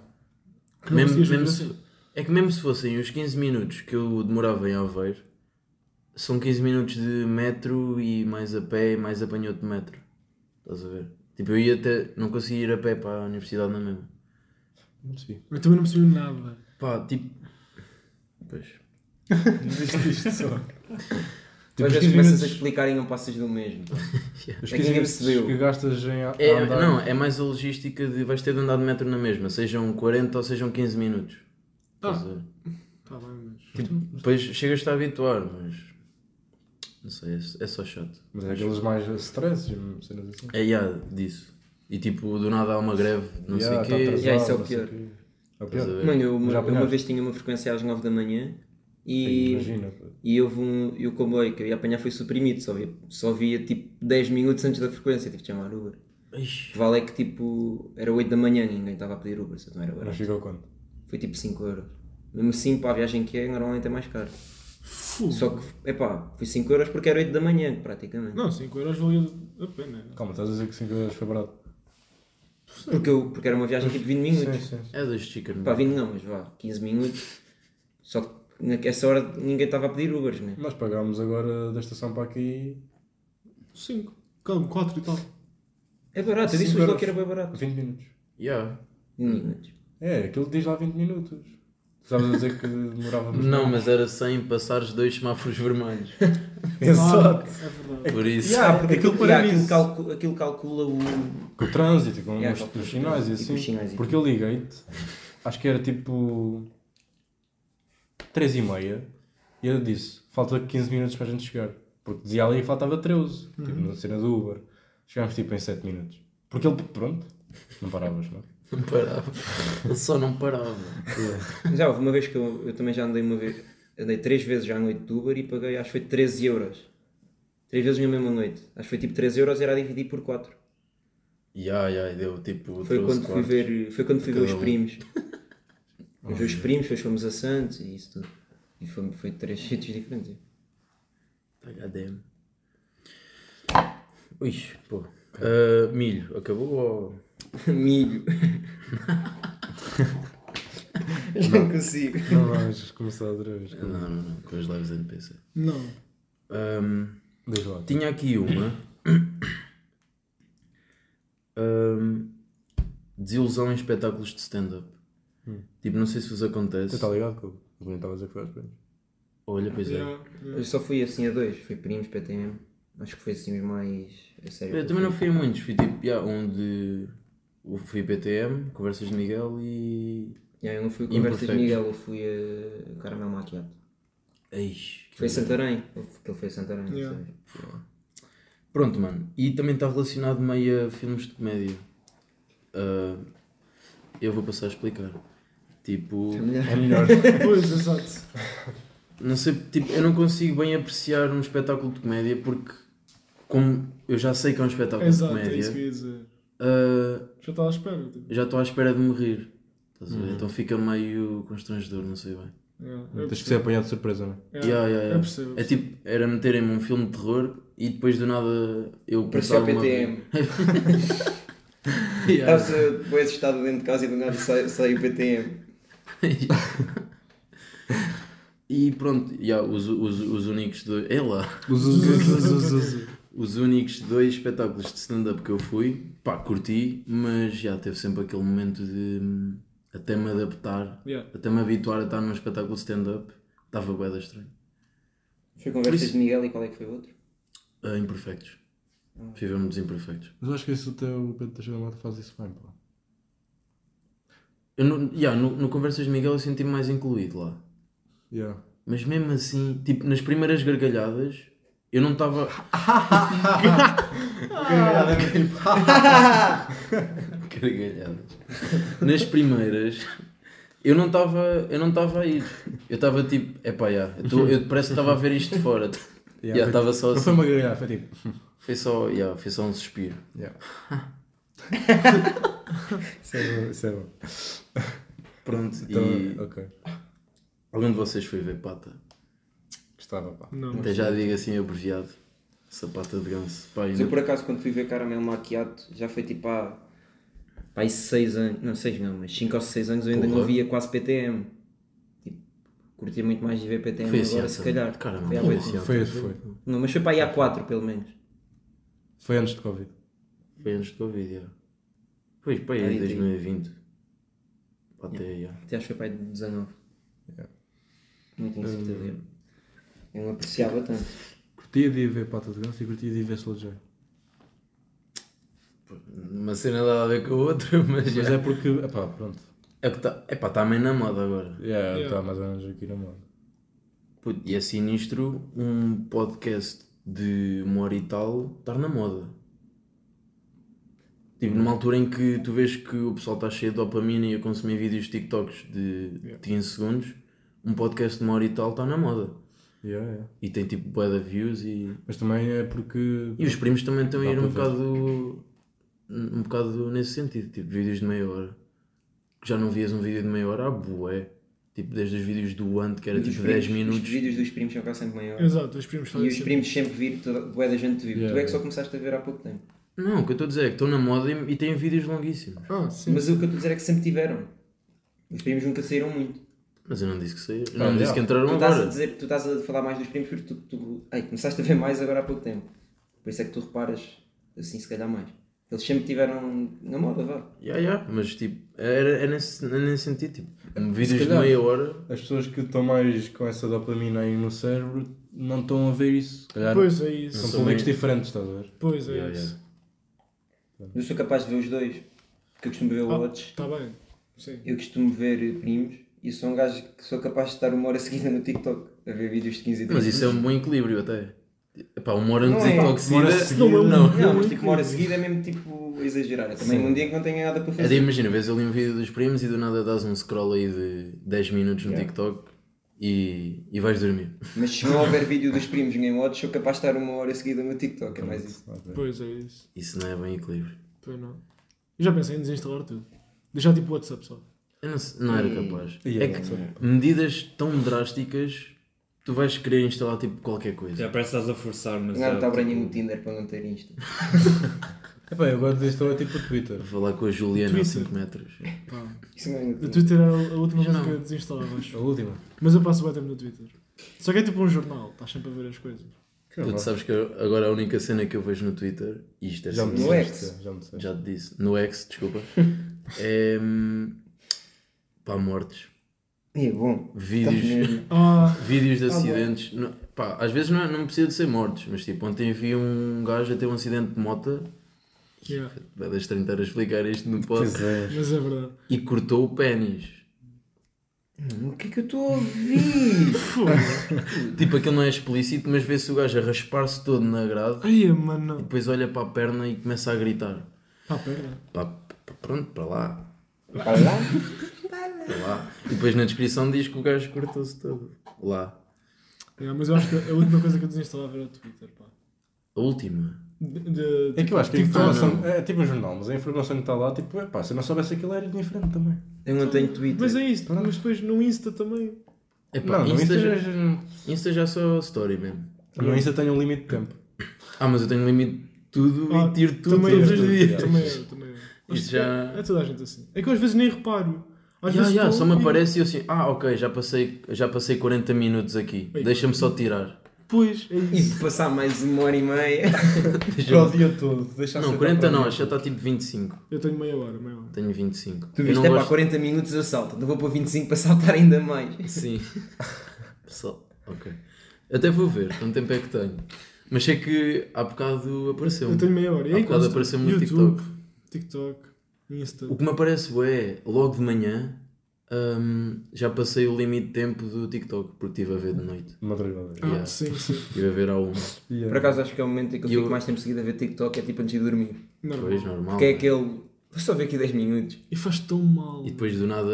Speaker 5: assim.
Speaker 1: Mesmo-
Speaker 5: conseguias
Speaker 1: mesmo
Speaker 5: fazer
Speaker 1: se- é que mesmo se fossem os 15 minutos que eu demorava em Aveiro, são 15 minutos de metro e mais a pé, mais apanhou de metro. Estás a ver? Tipo, eu ia até. Não conseguia ir a pé para a universidade na mesma.
Speaker 2: Não percebi.
Speaker 5: Eu também não percebi nada.
Speaker 1: Pá, tipo. Pois.
Speaker 2: Tipo,
Speaker 4: Às
Speaker 2: os
Speaker 4: vezes
Speaker 2: 15
Speaker 4: começas a
Speaker 2: minutos,
Speaker 4: explicar e não passas do mesmo.
Speaker 2: os
Speaker 4: É que
Speaker 2: 15
Speaker 4: ninguém
Speaker 2: minutos
Speaker 4: percebeu.
Speaker 2: que gastas em. a-
Speaker 1: É,
Speaker 2: a andar-
Speaker 1: não, é mais a logística de vais ter de andar de metro na mesma, sejam 40 ou sejam 15 minutos. Estás a ver?
Speaker 5: Tá bem, mas.
Speaker 1: Tipo, depois chegas-te a habituar, mas. Não sei, é- é só chato.
Speaker 2: Mas é aqueles mais stress, cenas assim.
Speaker 1: É, yeah, disso. E tipo, do nada há uma greve, não
Speaker 2: Yeah, tá
Speaker 1: sei o quê.
Speaker 2: atrasado,
Speaker 4: Yeah, isso é o
Speaker 2: não sei
Speaker 4: pior.
Speaker 2: quê. É o
Speaker 1: Estás a
Speaker 2: pior.
Speaker 1: ver?
Speaker 4: Mano, eu uma,
Speaker 2: Já
Speaker 4: eu uma
Speaker 2: apanhaste?
Speaker 4: vez tinha uma frequência às 9 da manhã e,
Speaker 2: Imagina. pô.
Speaker 4: e houve um. E o comboio que eu ia apanhar foi suprimido, só via, só via tipo 10 minutos antes da frequência, tive de chamar Uber.
Speaker 1: Ixi,
Speaker 4: O vale é que tipo. Era 8 da manhã, ninguém estava a pedir Uber, se não era
Speaker 2: Mas
Speaker 4: Uber.
Speaker 2: ficou quanto?
Speaker 4: Foi tipo 5 euros. Mesmo assim, para a viagem que é, normalmente é mais caro.
Speaker 5: Fu.
Speaker 4: Só que, epá, foi 5 euros porque era 8 da manhã, praticamente.
Speaker 5: Não, 5 euros valia a pena.
Speaker 2: Calma, estás a dizer que 5 euros foi barato.
Speaker 4: Porque, eu, porque era uma viagem tipo 20 minutos.
Speaker 2: sim. sim.
Speaker 1: é das chicken.
Speaker 4: Pá, 20 não, mas vá, 15 minutos. Só que nessa hora ninguém estava a pedir Ubers, né?
Speaker 2: Nós pagámos agora da estação para aqui
Speaker 5: 5. Calma, 4 e tal.
Speaker 4: É barato, eu
Speaker 2: Cinco
Speaker 4: disse logo
Speaker 2: euros.
Speaker 4: que era bem barato.
Speaker 2: 20 minutos.
Speaker 1: Yeah.
Speaker 4: 20 minutos.
Speaker 2: É, aquilo diz lá 20 minutos. Estavas a dizer que demorávamos.
Speaker 1: Não, mas era sem passares dois semáforos vermelhos.
Speaker 2: Exato.
Speaker 5: Ah, é verdade.
Speaker 1: Por isso.
Speaker 4: Ah,
Speaker 2: Yeah, porque aquilo para
Speaker 4: aquilo,
Speaker 2: isso.
Speaker 4: calcu- aquilo calcula o.
Speaker 2: Com o trânsito, com
Speaker 4: Yeah,
Speaker 2: os,
Speaker 4: com
Speaker 2: os
Speaker 4: os
Speaker 2: sinais e
Speaker 4: trânsitos e
Speaker 2: assim.
Speaker 4: com os sinais e
Speaker 2: porque eu liguei-te, acho que era tipo 3 e meia, e eu disse, falta 15 minutos para a gente chegar. Porque dizia ali que faltava 13, tipo na cena do Uber. Chegámos tipo em 7 minutos. Porque ele, pronto, não paravas, não é?
Speaker 1: Não parava. Ele só não parava.
Speaker 4: Já houve uma vez que eu, eu também já andei uma vez. Andei 3 vezes já à noite de Uber e paguei, acho que foi 13 euros. 3 vezes na mesma noite. Acho que foi tipo 13 euros era a dividir por 4.
Speaker 1: Yeah, yeah, e deu tipo.
Speaker 4: Foi
Speaker 1: 12
Speaker 4: quando fui
Speaker 1: quartos.
Speaker 4: ver, foi quando fui ver os
Speaker 1: Cada um.
Speaker 4: primos. Fomos ver os primos, depois fomos a Santos e isso tudo. E foi, foi três sítios diferentes.
Speaker 1: Tá, HDM. Ui, pô. Ah, milho, acabou ou.
Speaker 4: Milho. Não consigo.
Speaker 2: Não vais começar outra vez.
Speaker 1: Não, não, não, com as lives NPC.
Speaker 5: Não.
Speaker 1: Ahm,
Speaker 2: Diz lá.
Speaker 1: Tinha aqui uma. Ahm, desilusão em espetáculos de stand-up. Tipo, não sei se vos
Speaker 2: Tu
Speaker 1: acontece.
Speaker 2: está tá ligado, Cubo? Eu não estava a dizer que foi aos primos.
Speaker 1: Olha, pois é.
Speaker 5: Yeah, yeah.
Speaker 4: Eu só fui assim a dois. Fui primos, PTM. Acho que foi assim os mais. A sério.
Speaker 1: Eu também não fui um a muitos. Fui tipo, yeah, onde. Fui PTM, Conversas de Miguel e.
Speaker 4: Yeah, eu não fui a conversas de
Speaker 1: Imperfectos.
Speaker 4: Miguel, eu fui a Caramel Maquiado.
Speaker 1: Eish, que
Speaker 4: Foi a Santarém, porque ele foi a Santarém. não
Speaker 5: Yeah.
Speaker 4: sei.
Speaker 1: Pronto, mano. E também está relacionado meio a filmes de comédia. Ah, eu vou passar a explicar. Tipo,
Speaker 4: É melhor.
Speaker 2: É melhor.
Speaker 5: Pois, exato.
Speaker 1: não sei, tipo, eu não consigo bem apreciar um espetáculo de comédia porque, como eu já sei que é um espetáculo
Speaker 5: Exato,
Speaker 1: de
Speaker 5: é isso que
Speaker 1: comédia,
Speaker 5: eu ia dizer.
Speaker 1: ah,
Speaker 5: Já estava à espera. Tipo.
Speaker 1: já estou à espera de morrer. Estás a
Speaker 5: Uhum.
Speaker 1: ver? Então fica meio constrangedor, não sei bem.
Speaker 5: Yeah,
Speaker 2: Tens que ser
Speaker 5: eu percebo.
Speaker 2: apanhado de surpresa, não é?
Speaker 1: Yeah, yeah, yeah.
Speaker 5: Eu percebo.
Speaker 1: É tipo, era meterem-me um filme de terror e depois do nada eu
Speaker 4: Parecia o
Speaker 1: começava uma-
Speaker 4: PTM.
Speaker 1: Yeah.
Speaker 4: Estava-se depois assustado dentro de casa e do nada sai, sai o PTM.
Speaker 1: E pronto, yeah, os, os, os únicos dois. É lá!
Speaker 2: Os, os, os, os, os,
Speaker 1: Os únicos dois espetáculos de stand-up que eu fui, pá, curti, mas já teve sempre aquele momento de hum, até me adaptar,
Speaker 5: Yeah.
Speaker 1: até me habituar a estar num espetáculo de stand-up, estava bué da estranho.
Speaker 4: Foi
Speaker 1: Por
Speaker 4: conversas
Speaker 1: isso-
Speaker 4: de Miguel e qual é que foi o outro?
Speaker 1: Ah, imperfectos. Vivemos imperfeitos.
Speaker 2: Mas eu acho que esse teu Pedro Teixeira da Mota faz isso bem, pá.
Speaker 1: Eu no, yeah, no, no Conversas de Miguel eu senti-me mais incluído lá.
Speaker 2: Yeah.
Speaker 1: Mas mesmo assim, tipo, nas primeiras gargalhadas, eu não estava. gargalhadas. Nas primeiras, eu não estava. Eu não estava aí. Eu estava tipo, epá, yeah, eu, tô- eu parece que estava a ver isto de fora.
Speaker 2: Yeah,
Speaker 1: Yeah, estava só
Speaker 2: Não foi
Speaker 1: assim.
Speaker 2: uma gargalhada, foi tipo.
Speaker 1: Foi só, yeah, foi só um suspiro.
Speaker 2: Yeah. isso, é bom, isso é bom.
Speaker 1: Pronto,
Speaker 2: Então,
Speaker 1: e
Speaker 2: ok.
Speaker 1: algum de vocês foi ver pata?
Speaker 2: Gostava, pá.
Speaker 5: Não,
Speaker 1: Até já digo assim abreviado. Sapata de ganso. Pá, eu
Speaker 4: Mas eu por acaso quando fui ver Caramel Maquiado já foi tipo há. Pá, aí 6 anos, não 6 não, mas 5 ou 6 anos eu ainda
Speaker 1: Porra.
Speaker 4: não via quase PTM. Tipo, curtia muito mais de ver PTM
Speaker 1: Foi esse
Speaker 4: agora,
Speaker 1: ano,
Speaker 4: se calhar.
Speaker 1: Caramba,
Speaker 4: foi há
Speaker 1: foi
Speaker 4: oito
Speaker 1: esse
Speaker 4: anos.
Speaker 1: ano.
Speaker 2: Foi esse, foi.
Speaker 4: Não, mas foi para aí há 4 pelo menos.
Speaker 2: Foi antes de Covid.
Speaker 1: Foi antes do Covid, já. Pois, pá, é
Speaker 4: Aí
Speaker 1: aí
Speaker 4: tem.
Speaker 1: 2020. Pá, Até, já.
Speaker 4: Até acho que foi para aí de 19.
Speaker 2: Yeah.
Speaker 4: Não tenho
Speaker 1: Hum.
Speaker 4: certeza. Eu não apreciava tanto.
Speaker 2: Curtia de ir ver Pata de Ganso e curtia de ir ver Slow J.
Speaker 1: Uma cena nada a ver com a outra, mas,
Speaker 2: Mas
Speaker 1: já.
Speaker 2: é porque. Epá, pronto.
Speaker 1: É que tá, epá, está meio na moda agora.
Speaker 2: Yeah,
Speaker 5: Yeah.
Speaker 2: Está mais ou menos aqui na moda.
Speaker 1: Puto, e é sinistro um podcast de uma hora e tal estar na moda. Tipo, numa altura em que tu vês que o pessoal está cheio de dopamina e a consumir vídeos TikToks de 15 segundos, um podcast de uma hora e tal está na moda.
Speaker 2: Yeah, yeah.
Speaker 1: E tem tipo bué de views e
Speaker 2: Mas também é porque.
Speaker 1: E os primos também estão a
Speaker 2: Dá
Speaker 1: ir um
Speaker 2: para ver.
Speaker 1: bocado, um bocado nesse sentido, tipo vídeos de meia hora. Que Já não vias um vídeo de meia hora, ah, bué. Tipo, desde os vídeos do Ant, que era
Speaker 4: E os
Speaker 1: tipo 10
Speaker 4: primos- Os
Speaker 1: minutos.
Speaker 4: vídeos dos primos são cá sempre
Speaker 1: É
Speaker 4: maiores.
Speaker 5: Exato, os primos
Speaker 4: E
Speaker 5: fazem
Speaker 4: os
Speaker 5: sempre-
Speaker 4: primos sempre vir, toda, bué da gente vir.
Speaker 2: Yeah,
Speaker 4: tu é que só
Speaker 2: yeah.
Speaker 4: começaste a ver há pouco tempo.
Speaker 1: Não, o que eu estou a dizer é que estão na moda e, e têm vídeos longuíssimos.
Speaker 5: Ah, sim.
Speaker 4: Mas o que eu estou a dizer é que sempre tiveram. Os primos nunca saíram muito.
Speaker 1: Mas eu não disse que saíram. Eu
Speaker 2: Ah,
Speaker 1: não disse
Speaker 2: já.
Speaker 1: que
Speaker 4: Tu
Speaker 1: entraram
Speaker 4: estás, a
Speaker 1: agora.
Speaker 4: dizer, tu estás a falar mais dos primos porque tu, tu- ai, começaste a ver mais agora há pouco tempo. Por isso é que tu reparas assim, se calhar mais. Eles sempre tiveram na moda, vá.
Speaker 1: Ya, ya, mas tipo, era, é, nesse, é nesse sentido, tipo, vídeos de
Speaker 2: calhar.
Speaker 1: meia hora.
Speaker 2: As pessoas que estão mais com essa dopamina aí no cérebro não estão a ver isso. Se calhar
Speaker 5: Pois é isso.
Speaker 2: são
Speaker 1: São
Speaker 2: públicos
Speaker 1: meio-
Speaker 2: diferentes, estás a ver?
Speaker 5: Pois é
Speaker 1: Ya, ya.
Speaker 5: isso.
Speaker 4: Eu sou capaz de ver os dois. Porque eu costumo ver
Speaker 5: Ah,
Speaker 4: outros.
Speaker 5: Está bem. Sim.
Speaker 4: Eu costumo ver primos. E sou um gajo que sou capaz de estar uma hora seguida no TikTok a ver vídeos de 15 e 30
Speaker 1: Mas isso é um bom equilíbrio até. Epá, uma hora
Speaker 4: Não é.
Speaker 1: desintoxida.
Speaker 5: Não, eu-
Speaker 1: não. um
Speaker 4: Não, mas tipo, uma hora seguida é mesmo tipo a exagerar. É também um dia que não tenho nada para
Speaker 1: É de
Speaker 4: fazer.
Speaker 1: imagina, vês ali um vídeo dos primos e do nada dás um scroll aí de 10 minutos no
Speaker 4: Yeah.
Speaker 1: TikTok e, e vais dormir.
Speaker 4: Mas se não houver vídeo dos primos nem outros, sou capaz de estar uma hora seguida no TikTok. É mais isso.
Speaker 2: Ok.
Speaker 5: Pois é isso.
Speaker 1: Isso não é bem equilíbrio.
Speaker 5: Pois não. Eu já pensei em desinstalar tudo. Deixar tipo o WhatsApp só.
Speaker 1: Eu não, se- não era capaz.
Speaker 2: Yeah,
Speaker 1: é que
Speaker 2: yeah.
Speaker 1: medidas tão drásticas, tu vais querer instalar tipo qualquer coisa.
Speaker 3: Já parece que estás a forçar, mas.
Speaker 4: Não,
Speaker 3: é,
Speaker 4: está
Speaker 3: tipo,
Speaker 4: branho no Tinder para não ter Insta.
Speaker 2: Epá, eu gosto disto é tipo o Twitter.
Speaker 1: Vou falar com a Juliana a
Speaker 5: Twitter.
Speaker 1: 5 metros.
Speaker 5: Pá.
Speaker 4: Isso não é no
Speaker 5: O
Speaker 4: Tinder.
Speaker 5: Twitter era a última
Speaker 1: Mas
Speaker 5: coisa
Speaker 1: não.
Speaker 5: que eu desinstalava, acho.
Speaker 2: A última.
Speaker 5: Mas eu passo bem tempo no Twitter. Só que é tipo um jornal, estás sempre a ver as coisas.
Speaker 1: Tu sabes que eu- agora a única cena que eu vejo no Twitter, e isto é
Speaker 2: Já me
Speaker 1: sinistro,
Speaker 4: Não é.
Speaker 2: disseste. Já me disseste.
Speaker 1: já te disse, no X, desculpa, é hum, pá, mortes.
Speaker 4: E é bom. Estamos
Speaker 1: Vídeos.
Speaker 4: mesmo.
Speaker 5: Ah,
Speaker 1: Vídeos de
Speaker 5: bom.
Speaker 1: acidentes, não- pá, às vezes não, é- não precisa de ser mortos, mas tipo, ontem vi um gajo a ter um acidente de moto,
Speaker 5: yeah.
Speaker 1: vai deixar tentar explicar isto no
Speaker 2: Pois
Speaker 1: podcast,
Speaker 2: é.
Speaker 5: mas é verdade.
Speaker 1: e cortou o pênis.
Speaker 4: Mano, O que é que eu estou a ouvir?
Speaker 1: Tipo, aquilo não é explícito, mas vê-se o gajo a raspar-se todo na grade
Speaker 5: Ai,
Speaker 1: e
Speaker 5: mano.
Speaker 1: depois olha para a perna e começa a gritar.
Speaker 5: Pá, pera.
Speaker 1: Pá, p- pronto, para lá. Para lá. E depois na descrição diz que o gajo cortou-se todo. Lá.
Speaker 5: É, mas eu acho que a última coisa que eu desinstalava era o Twitter, pá.
Speaker 1: A última.
Speaker 5: De, de-
Speaker 2: É que eu acho que a
Speaker 5: tipo,
Speaker 2: informação. é tipo um jornal, mas a informação que está lá, tipo, é pá, se eu não soubesse aquilo era diferente também.
Speaker 4: Eu não tenho Twitter.
Speaker 5: Mas é isto, mas depois no Insta também.
Speaker 1: Epá,
Speaker 2: não,
Speaker 1: Insta,
Speaker 5: é
Speaker 2: no
Speaker 1: já,
Speaker 2: Insta,
Speaker 1: Insta já é só story mesmo.
Speaker 2: no Insta tem um limite de tempo.
Speaker 1: Ah, mas eu tenho limite de tudo
Speaker 5: Ah,
Speaker 1: e tiro tudo
Speaker 5: também
Speaker 1: todos
Speaker 5: eu,
Speaker 1: os dias.
Speaker 5: Também é. eu, também eu. Mas
Speaker 1: Isso já-
Speaker 5: É toda a gente assim. É que eu às vezes nem reparo. Às
Speaker 1: Ya,
Speaker 5: vezes
Speaker 1: ya,
Speaker 5: estou
Speaker 1: só
Speaker 5: a
Speaker 1: me
Speaker 5: ouvir.
Speaker 1: aparece e eu assim, ah ok, já passei, já passei 40 minutos aqui,
Speaker 5: Ei.
Speaker 1: deixa-me só tirar.
Speaker 5: Pois, é
Speaker 4: E
Speaker 5: isso.
Speaker 4: de passar mais uma hora e meia.
Speaker 2: Para o dia todo, deixa
Speaker 1: Não, 40 não, acho que já está tipo 25.
Speaker 5: Eu tenho meia hora, meia hora.
Speaker 1: Tenho 25.
Speaker 4: Tu
Speaker 1: Eu
Speaker 4: viste,
Speaker 1: não
Speaker 4: é para
Speaker 1: gosto-
Speaker 4: 40 minutos eu salto. Então vou para 25 para saltar ainda mais.
Speaker 1: Sim. Só. Ok. Até vou ver quanto tempo é que tenho. Mas sei que há bocado apareceu.
Speaker 5: Eu tenho meia hora. E
Speaker 1: Há
Speaker 5: aí
Speaker 1: bocado
Speaker 5: consta.
Speaker 1: apareceu-me no
Speaker 5: YouTube, TikTok, Insta.
Speaker 1: O que me aparece é, logo de manhã, hum, já passei o limite de tempo do TikTok, porque estive a ver de noite.
Speaker 2: Madrugada.
Speaker 5: Ah,
Speaker 1: Yeah.
Speaker 5: sim, sim.
Speaker 1: Estive a ver um, à uma.
Speaker 2: Yeah.
Speaker 4: Por acaso acho que é o momento em que eu
Speaker 1: E
Speaker 4: fico
Speaker 1: eu-
Speaker 4: mais tempo seguido a ver TikTok, é tipo antes de dormir.
Speaker 5: Normal.
Speaker 1: Pois, normal.
Speaker 4: Porque é
Speaker 1: né?
Speaker 4: aquele. Vou só ver aqui 10 minutos.
Speaker 5: E faz tão mal.
Speaker 1: E depois do nada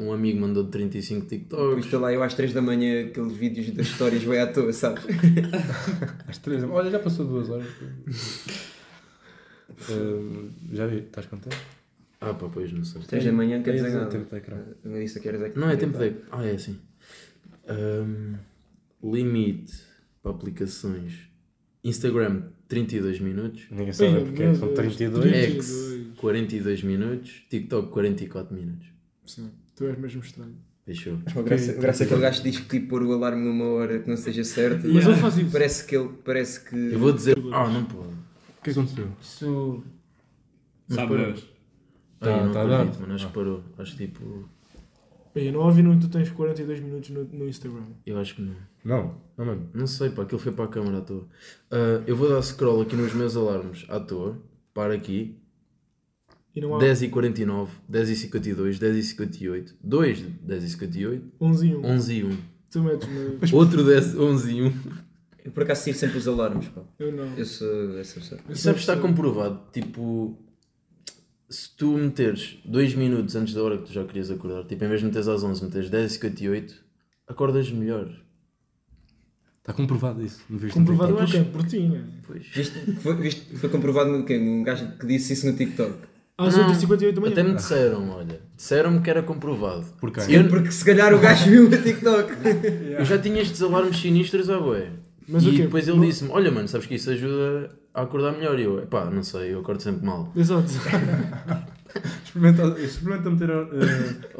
Speaker 1: um amigo mandou 35
Speaker 4: Depois
Speaker 1: TikToks.
Speaker 4: estou lá eu às 3 da manhã, aqueles vídeos das histórias bem à toa, sabes?
Speaker 2: Às três. Olha, já passou duas horas. Ahm, Eh, já vi, estás contente?
Speaker 1: Ah pá, pois não sei.
Speaker 4: 3 da manhã, quer
Speaker 2: É
Speaker 4: dizer
Speaker 2: isso, é
Speaker 4: nada.
Speaker 2: tempo de ecrã.
Speaker 4: Eu disse que eras é que
Speaker 1: Não é tempo de. Ah, é assim. Hum, limite para aplicações. Instagram 32 minutos.
Speaker 2: Ninguém
Speaker 5: Ai,
Speaker 2: sabe
Speaker 5: meu
Speaker 2: porque são
Speaker 5: Deus,
Speaker 2: 32.
Speaker 1: É.
Speaker 5: 32.
Speaker 1: 42 minutos, TikTok 44 minutos.
Speaker 5: Sim, tu és mesmo estranho.
Speaker 1: Fechou.
Speaker 4: Mas graça, graça aquele gajo que diz que tipo pôr o alarme numa hora que não seja certa.
Speaker 5: Mas eu faço isso.
Speaker 4: Parece que ele. Parece que.
Speaker 1: Eu vou dizer. Ah, não pode.
Speaker 4: É.
Speaker 2: O que aconteceu?
Speaker 3: Isso.
Speaker 1: Mas
Speaker 3: Sabe
Speaker 1: para-
Speaker 3: Deus.
Speaker 1: Ai, eu não
Speaker 2: tá
Speaker 1: acredito,
Speaker 2: dado.
Speaker 1: mano. Acho que parou. Acho que tipo.
Speaker 5: Bem, eu não ouvi no tu tens 42 minutos no, no Instagram.
Speaker 1: Eu acho que não.
Speaker 2: Não, não mesmo.
Speaker 1: Não sei, pá, aquilo foi para a câmara à toa. Ah, eu vou dar scroll aqui nos meus alarmes à toa. Para aqui.
Speaker 5: E não há
Speaker 1: 10h49, 10h52, 10h58, 2 10h58,
Speaker 5: 11 e 1.
Speaker 1: 11 e 1.
Speaker 5: Tu metes no...
Speaker 1: Outro 10, 11 e 1.
Speaker 4: Eu por acaso tiro sempre os alarmes, pá.
Speaker 5: Eu não.
Speaker 4: Eu sou essa pessoa.
Speaker 5: Eu
Speaker 1: E
Speaker 5: sou
Speaker 1: sabes, está
Speaker 5: pessoa-
Speaker 1: comprovado, tipo, se tu meteres 2 minutos antes da hora que tu já querias acordar, tipo, em vez de meteres às 11, meteres 10 e 58, acordas melhor.
Speaker 2: Está comprovado isso. Não viste
Speaker 5: Comprovado
Speaker 1: Eu
Speaker 5: por
Speaker 1: acho-
Speaker 5: quem? Por ti, né?
Speaker 1: Pois.
Speaker 4: Viste, foi, viste, foi comprovado no quê? Um gajo que disse isso no TikTok.
Speaker 5: Às
Speaker 1: Não.
Speaker 5: 8h58 da manhã.
Speaker 1: Ah. Até me disseram, olha, disseram-me que era comprovado.
Speaker 2: Por quem?
Speaker 5: É
Speaker 1: Eu,
Speaker 4: Porque se calhar o gajo viu no TikTok.
Speaker 1: eu já tinha estes alarmes sinistros à boé.
Speaker 5: Mas
Speaker 1: e
Speaker 5: o quê?
Speaker 1: depois ele
Speaker 5: Não-
Speaker 1: disse-me, olha mano, sabes que isso ajuda a acordar melhor. E eu, pá, não sei, eu acordo sempre mal.
Speaker 5: Exato.
Speaker 2: Experimenta, experimenta meter a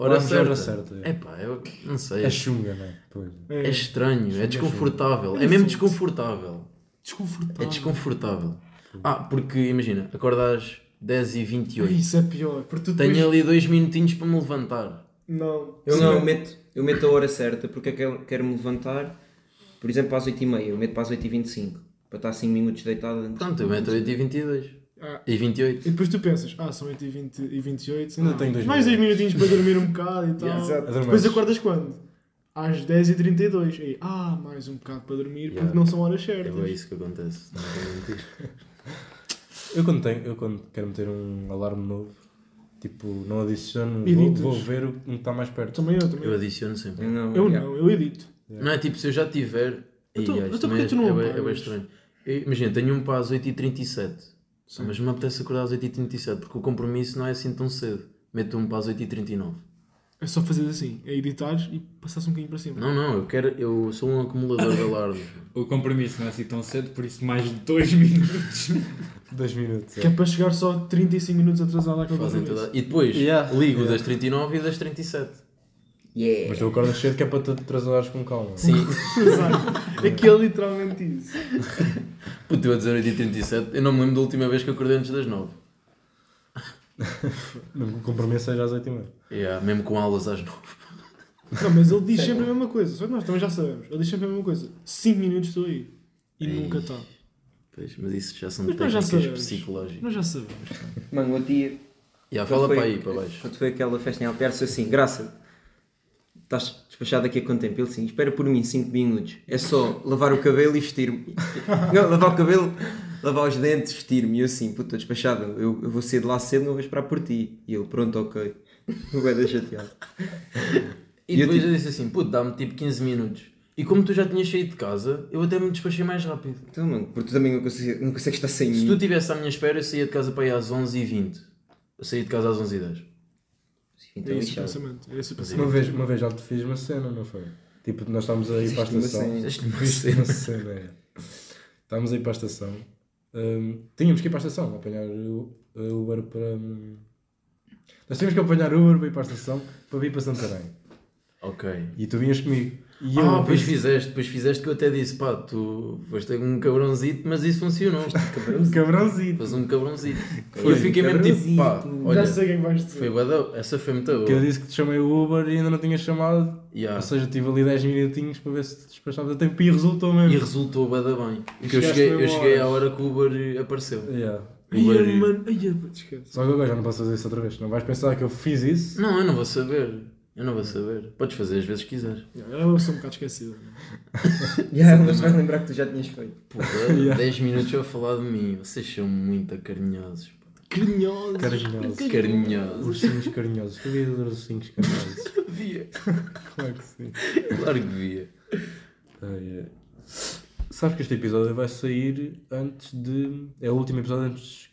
Speaker 1: Hora certa.
Speaker 2: Hora certa
Speaker 1: É pá, eu não sei.
Speaker 2: é
Speaker 1: É,
Speaker 2: chunga, não é? Pois.
Speaker 5: É
Speaker 1: estranho, é desconfortável.
Speaker 5: chunga.
Speaker 1: É mesmo
Speaker 5: Exato.
Speaker 1: desconfortável.
Speaker 5: desconfortável.
Speaker 1: É desconfortável. Ah, porque imagina, acordas 10 e 28
Speaker 5: Isso é pior. Porque tu depois...
Speaker 1: Tenho ali dois minutinhos para me levantar.
Speaker 5: Não.
Speaker 4: Eu
Speaker 5: Sim,
Speaker 4: não,
Speaker 5: é-
Speaker 4: eu meto, eu meto a hora certa porque é que eu quero me levantar, por exemplo, às 8h30, eu meto para as 8h25, para estar 5 minutos deitado antes.
Speaker 1: Pronto, eu meto 8 e 22.
Speaker 5: Ah.
Speaker 1: E 28.
Speaker 5: E depois tu pensas, ah, são 8h20 e 28
Speaker 2: Ainda
Speaker 5: ah,
Speaker 2: tenho dois
Speaker 5: Mais 10
Speaker 2: minutos.
Speaker 5: minutinhos para dormir um bocado e tal.
Speaker 4: Yeah, exato.
Speaker 2: É
Speaker 5: Depois acordas quando? Às 10h32. Aí, ah, mais um bocado para dormir,
Speaker 1: Yeah.
Speaker 5: porque não são horas
Speaker 1: É
Speaker 5: certas.
Speaker 1: bem isso que acontece. Não é vou mentir.
Speaker 2: Eu quando, tenho, eu quando quero meter um alarme novo, tipo, não adiciono, vou,
Speaker 5: Editas.
Speaker 2: vou ver o que está mais perto.
Speaker 5: Também eu, também
Speaker 1: Eu
Speaker 5: eu.
Speaker 1: adiciono
Speaker 4: Eu
Speaker 1: sempre.
Speaker 4: não,
Speaker 5: Eu
Speaker 4: yeah.
Speaker 5: não, eu edito.
Speaker 1: Não é tipo, se eu já tiver.
Speaker 5: Então-
Speaker 1: Ih, isto
Speaker 5: então
Speaker 1: também
Speaker 5: porquê tu não
Speaker 1: é, bué- é, bué
Speaker 5: apagas?
Speaker 1: estranho. Eu- Imagina, tenho um para as 8 e 37.
Speaker 5: Sim.
Speaker 1: Mas me apetece acordar às 8 e 37 porque o compromisso não é assim tão cedo. Meto um para as 8 e 39.
Speaker 5: É só fazer assim, é editar e passar-se um bocadinho para cima.
Speaker 1: Não, não, eu quero. Eu sou um acumulador de alarmes.
Speaker 3: O compromisso não é assim tão cedo, por isso mais de 2 minutos.
Speaker 2: Dois minutos.
Speaker 5: Que é para chegar só 35 minutos atrasado àquele
Speaker 1: Fazem
Speaker 5: compromisso.
Speaker 1: toda... E depois
Speaker 2: Yeah.
Speaker 1: ligo
Speaker 2: Yeah.
Speaker 1: das 39 e das 37.
Speaker 4: Yeah.
Speaker 2: Mas tu acordas cedo que é para te atrasares com calma.
Speaker 1: Sim,
Speaker 5: Exato. É que é literalmente isso.
Speaker 1: puto, eu a dizer 8 e 37. Eu não me lembro da última vez que eu acordei antes das 9.
Speaker 2: Mesmo que o compromisso seja às 8h30.
Speaker 1: Yeah, mesmo com aulas às 9.
Speaker 5: Não, mas ele diz sempre a mesma coisa, só que nós também já sabemos. Ele diz sempre a mesma coisa. 5 minutos estou aí. E
Speaker 1: Ei.
Speaker 5: nunca está.
Speaker 1: Pois, mas isso já são
Speaker 5: Mas nós já
Speaker 1: técnicas
Speaker 5: sabemos.
Speaker 1: psicológicas.
Speaker 5: Nós já sabemos. É
Speaker 4: Mano, o dia.
Speaker 1: Yeah,
Speaker 4: quando
Speaker 1: Ah, fala
Speaker 4: foi-
Speaker 1: para aí, para baixo.
Speaker 4: Quando foi aquela festa em Alperce, assim, graça. Estás despachado daqui a quanto tempo? Ele sim, espera por mim 5 minutos. É só lavar o cabelo e vestir-me. Não, lavar o cabelo, lavar os dentes, vestir-me. E eu assim, puto, estou despachado. Eu, eu vou sair de lá cedo, não vou esperar por ti. E ele, pronto, ok. O vai deixar chateado.
Speaker 1: E
Speaker 4: E eu
Speaker 1: depois eu disse assim, puto, dá-me tipo 15 minutos. E como tu já tinhas saído de casa, eu até me despachei mais rápido.
Speaker 4: Então, mano, porque tu também não consegues, não consegues estar sem
Speaker 1: Se
Speaker 4: mim.
Speaker 1: tu estivesse à minha espera, eu saía de casa para ir às 11h20. Eu saí de casa às 11h10.
Speaker 4: Então,
Speaker 5: É esse o
Speaker 4: lixado.
Speaker 5: pensamento. É esse o
Speaker 2: Uma
Speaker 5: pensamento.
Speaker 2: vez, uma vez já te fiz uma cena, não foi? Tipo, nós estávamos aí para a
Speaker 4: Existe uma
Speaker 2: estação.
Speaker 4: cena.
Speaker 2: Existe uma cena, é. Estávamos aí para a estação. Hum, tínhamos que ir para a estação, apanhar o o Uber para. hum, Nós tínhamos que apanhar o Uber para ir para a estação para vir para Santarém.
Speaker 1: Ok.
Speaker 2: E tu vinhas comigo. E eu,
Speaker 1: Ah, depois fizeste, depois fizeste que eu até disse, pá, tu foste um cabrãozito, mas isso funcionou.
Speaker 2: um cabrãozinho.
Speaker 1: Foste um cabrãozito.
Speaker 2: Foi um
Speaker 1: eu fiquei mesmo tipo, pá, olha,
Speaker 5: Já sei quem vais dizer.
Speaker 1: foi badão, essa foi muito
Speaker 2: Que eu
Speaker 1: boa.
Speaker 2: disse que te chamei o Uber e ainda não tinhas chamado.
Speaker 1: Yeah.
Speaker 2: Ou seja, tive ali 10 minutinhos para ver se te despachavas a tempo e resultou mesmo.
Speaker 1: E resultou bada bem. Porque eu
Speaker 2: chegaste
Speaker 1: cheguei,
Speaker 2: mesmo
Speaker 1: eu
Speaker 2: a
Speaker 1: cheguei à
Speaker 2: horas.
Speaker 1: hora que o Uber apareceu.
Speaker 2: Yeah.
Speaker 5: Ai,
Speaker 1: Uber e-
Speaker 5: mano, ai, eu- esquece.
Speaker 2: Só que agora já não posso fazer isso outra vez. Não vais pensar que eu fiz isso
Speaker 1: Não, eu não vou saber. Eu não vou saber. Podes fazer as vezes que quiseres.
Speaker 5: Yeah, Ela é uma pessoa um bocado esquecida. né?
Speaker 4: Yeah, mas vais lembrar que tu já tinhas feito.
Speaker 1: Porra,
Speaker 2: Yeah.
Speaker 1: 10 minutos a falar de mim. Vocês são muito acarinhosos. pá.
Speaker 5: Carinhosos.
Speaker 2: Carinhosos.
Speaker 1: Carinhosos.
Speaker 2: Ursinhos carinhosos. Eu devia dizer ursinhos carinhosos.
Speaker 1: Via.
Speaker 2: Claro que sim.
Speaker 1: Claro que via.
Speaker 2: Ai, ai. Sabes que este episódio vai sair antes de. É o último episódio antes.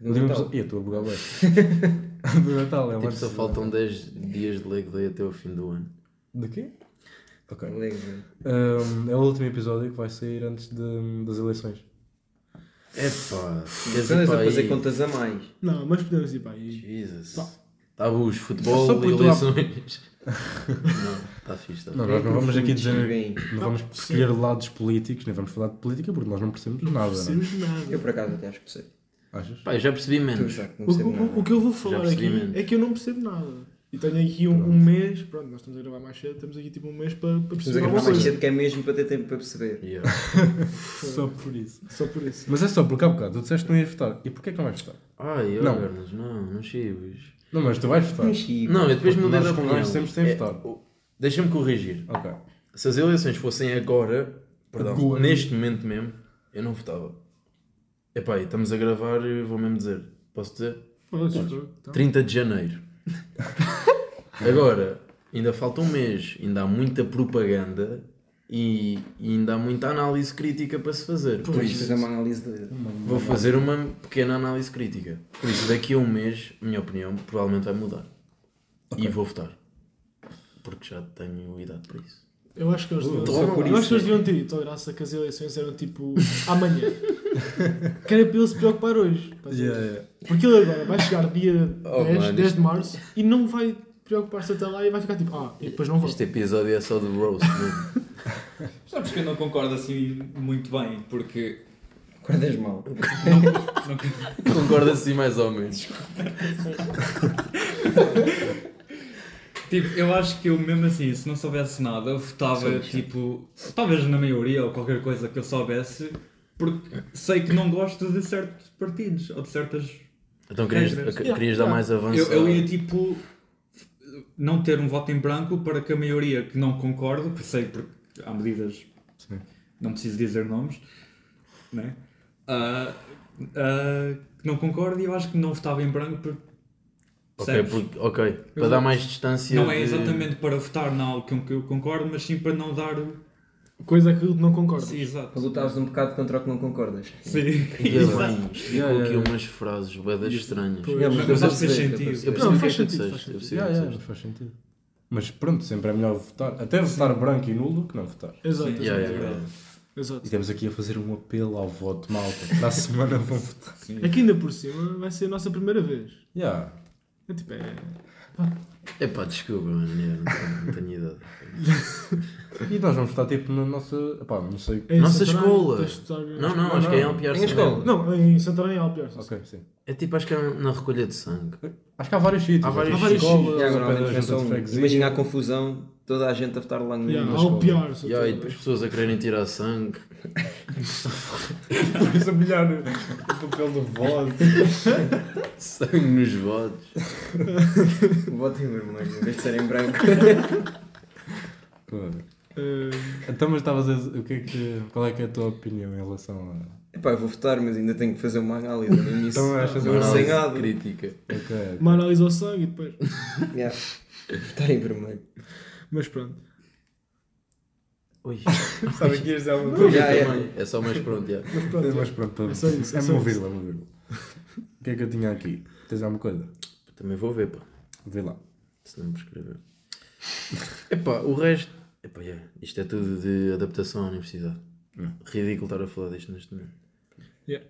Speaker 2: O último
Speaker 4: Natal.
Speaker 2: episódio. Ih, eu estou a bugar bem. Do Natal, é o
Speaker 1: Tipo,
Speaker 2: antes
Speaker 1: só
Speaker 2: do-
Speaker 1: faltam 10 dias de leg day até o fim do ano.
Speaker 2: De quê? Ok.
Speaker 4: Alegre.
Speaker 2: Ahm, é o último episódio que vai sair antes de- das eleições.
Speaker 1: É pá. Queres
Speaker 2: é
Speaker 4: Então
Speaker 1: ir
Speaker 4: és
Speaker 1: para
Speaker 4: a fazer
Speaker 1: aí?
Speaker 4: contas a mais.
Speaker 5: Não, mas podemos ir para aí.
Speaker 1: Jesus.
Speaker 5: Pá.
Speaker 1: Tabus, futebol,
Speaker 2: Só por tu
Speaker 1: eleições. não, está fixe. Tá
Speaker 2: Não,
Speaker 1: fixe.
Speaker 2: nós não vamos aqui dizer.
Speaker 4: Tipo, Bem,
Speaker 2: Não vamos escolher lados políticos, nem vamos falar de política porque nós não percebemos nada, não
Speaker 5: Percebemos
Speaker 4: Eu
Speaker 5: nada.
Speaker 4: por acaso até acho que sei.
Speaker 2: é? Achas?
Speaker 1: Pá, eu já percebi
Speaker 4: Tu
Speaker 1: menos.
Speaker 2: é.
Speaker 4: já que não
Speaker 5: O,
Speaker 4: percebo
Speaker 5: o- o
Speaker 4: nada.
Speaker 5: que eu vou falar
Speaker 1: percebi menos.
Speaker 5: aqui é que eu não percebo nada. E tenho aqui um,
Speaker 2: Pronto.
Speaker 5: um mês, pronto, nós estamos a gravar mais cedo, temos aqui tipo um mês para, para
Speaker 4: Estamos a
Speaker 5: perceber
Speaker 4: gravar
Speaker 5: alguma
Speaker 4: mais
Speaker 5: coisa.
Speaker 4: cedo que é mesmo para ter tempo para perceber.
Speaker 1: Yeah.
Speaker 2: Só por isso.
Speaker 5: Só por isso.
Speaker 2: Mas é só porque há bocado tu disseste que não ias votar. E porquê que não vais votar?
Speaker 1: Ai,
Speaker 2: Não.
Speaker 1: não. Carlos, não, não chibes.
Speaker 2: Não, mas tu vais votar.
Speaker 4: Mas, Chico,
Speaker 1: Não, eu depois
Speaker 2: Porque
Speaker 1: mudei
Speaker 2: nós
Speaker 1: de opinião.
Speaker 2: conversamos sem
Speaker 1: É,
Speaker 2: votar.
Speaker 1: o- Deixa-me corrigir.
Speaker 2: Ok.
Speaker 1: Se as eleições fossem agora, perdão,
Speaker 2: Agora.
Speaker 1: neste momento mesmo, eu não votava. Epá, e estamos a gravar, eu vou mesmo dizer. Posso dizer?
Speaker 5: Podes, então.
Speaker 1: 30 de janeiro. Agora, ainda falta um mês, ainda há muita propaganda e, e ainda há muita análise crítica para se fazer. Por
Speaker 4: Vamos fazer
Speaker 1: isso,
Speaker 4: uma análise de.
Speaker 1: vou fazer uma pequena análise crítica. Por isso, daqui a um mês, a minha opinião provavelmente vai mudar. E vou votar. Porque já tenho idade para isso.
Speaker 5: Eu acho que eles deviam,
Speaker 4: Só por
Speaker 5: eu acho que
Speaker 4: isso.
Speaker 5: eles deviam ter dito, oh, graça que as eleições eram tipo amanhã. que era para ele se preocupar hoje. estás a ver?
Speaker 2: Yeah, yeah.
Speaker 5: Porque ele agora vai chegar dia
Speaker 1: Oh,
Speaker 5: 10,
Speaker 1: mano,
Speaker 5: 10 de março e não vai preocupar-se até lá e vai ficar tipo, ah, e depois não vou.
Speaker 1: Este episódio é só de roast. é? mesmo.
Speaker 3: Sabes que eu não concordo assim muito bem, porque.
Speaker 4: Acordas mal.
Speaker 3: Não,
Speaker 1: Concordo assim mais ou menos.
Speaker 3: tipo, eu acho que eu mesmo assim, se não soubesse nada, eu votava tipo. Talvez na maioria ou qualquer coisa que eu soubesse, porque sei que não gosto de certos partidos ou de certas
Speaker 1: Então querias,
Speaker 3: Regras.
Speaker 1: querias dar mais avanço?
Speaker 3: Eu, eu ia tipo não ter um voto em branco para que a maioria que não concordo, porque sei porque há medidas,
Speaker 2: Sim.
Speaker 3: não preciso dizer nomes, né? Ah, ah, que não concordo e eu acho que não votava em branco porque
Speaker 1: Ok,
Speaker 3: percebes?
Speaker 1: porque- ok, para dar mais distância.
Speaker 3: não é
Speaker 1: de-
Speaker 3: exatamente para votar na algo com que eu concordo, mas sim para não dar.
Speaker 5: Coisa é que ele não concorda.
Speaker 3: Sim, exato.
Speaker 4: Lutavas um bocado contra o que não concordas.
Speaker 3: Sim,
Speaker 1: Ainda
Speaker 3: exato.
Speaker 1: bem,
Speaker 2: Yeah,
Speaker 1: ficou
Speaker 2: yeah,
Speaker 1: aqui
Speaker 2: yeah.
Speaker 1: umas frases boedas estranhas.
Speaker 5: Pois.
Speaker 1: Eu
Speaker 4: Yeah,
Speaker 3: Mas
Speaker 4: eu
Speaker 3: não faz
Speaker 4: percebi,
Speaker 3: sentido.
Speaker 4: eu percebi.
Speaker 1: percebi
Speaker 5: Não,
Speaker 1: o que é
Speaker 5: faz
Speaker 1: que tu
Speaker 5: sentido, faz
Speaker 1: disseste. Eu percebi o
Speaker 2: Yeah,
Speaker 1: que
Speaker 2: yeah,
Speaker 1: disseste.
Speaker 2: mas faz sentido. Mas pronto, sempre é melhor votar. Até votar branco e nulo que não votar.
Speaker 5: Exato,
Speaker 3: Sim.
Speaker 5: exato,
Speaker 1: é Yeah, yeah, yeah.
Speaker 5: exato.
Speaker 2: E temos aqui a fazer um apelo ao voto malta. Para a semana vão votar.
Speaker 5: É que ainda por cima vai ser a nossa primeira vez.
Speaker 2: Yeah.
Speaker 5: É tipo, é...
Speaker 1: Epá, desculpa, mano, eu não tenho- não tenho idade.
Speaker 2: E nós vamos votar tipo na nossa. Pá, não sei.
Speaker 5: é em
Speaker 1: Nossa
Speaker 5: Santarém,
Speaker 1: escola.
Speaker 5: tens de estar-
Speaker 1: Não, não, acho que é em Alpiar.
Speaker 4: Em
Speaker 1: São
Speaker 4: escola.
Speaker 1: Paulo.
Speaker 5: Não, em Santarém é Alpiar.
Speaker 2: Ok, sim.
Speaker 1: É tipo, acho que é na recolha de sangue.
Speaker 2: Acho que há vários sítios. tipo,
Speaker 1: Há vários
Speaker 5: sítios.
Speaker 2: escolas,
Speaker 4: E agora,
Speaker 2: ao pé da
Speaker 4: além de
Speaker 2: junta de
Speaker 4: pensão,
Speaker 2: freguesia.
Speaker 4: um. imagina a confusão, toda a gente a votar lá no meio.
Speaker 5: Yeah,
Speaker 2: Na escola.
Speaker 5: Alpiar.
Speaker 1: E aí, depois pessoas a quererem tirar sangue.
Speaker 2: Por isso a melhor né? o papel do voto.
Speaker 1: Sangue nos votos.
Speaker 4: Votem número, mano, em vez de ser em branco.
Speaker 5: Ah,
Speaker 2: Então, mas estavas a dizer, o que é que, qual é que é a tua opinião em relação a.
Speaker 4: Epá, eu vou votar, mas ainda tenho que fazer uma análise no início.
Speaker 2: Então, achas
Speaker 4: Não
Speaker 2: uma
Speaker 4: sei
Speaker 2: análise
Speaker 4: nada.
Speaker 1: Crítica.
Speaker 2: Ok.
Speaker 5: uma análise ao sangue e depois.
Speaker 4: Yeah. Votar em vermelho.
Speaker 5: Mas pronto.
Speaker 1: Ui.
Speaker 2: Sabe que ias dar uma
Speaker 4: Já é.
Speaker 1: É só mais pronto, já.
Speaker 5: Mas pronto.
Speaker 2: Mas pronto, pronto.
Speaker 5: É só isso, é
Speaker 2: é
Speaker 5: só
Speaker 2: uma
Speaker 5: isso.
Speaker 2: vírgula, é uma vírgula. O que é que eu tinha aqui? Tens alguma coisa?
Speaker 1: Também vou ver, pá.
Speaker 2: Vê lá.
Speaker 1: Se não me prescrever. Epá, o resto. Epá, yeah. Isto é tudo de adaptação à universidade.
Speaker 2: Hum.
Speaker 1: Ridículo estar a falar disto neste momento.
Speaker 5: Yeah.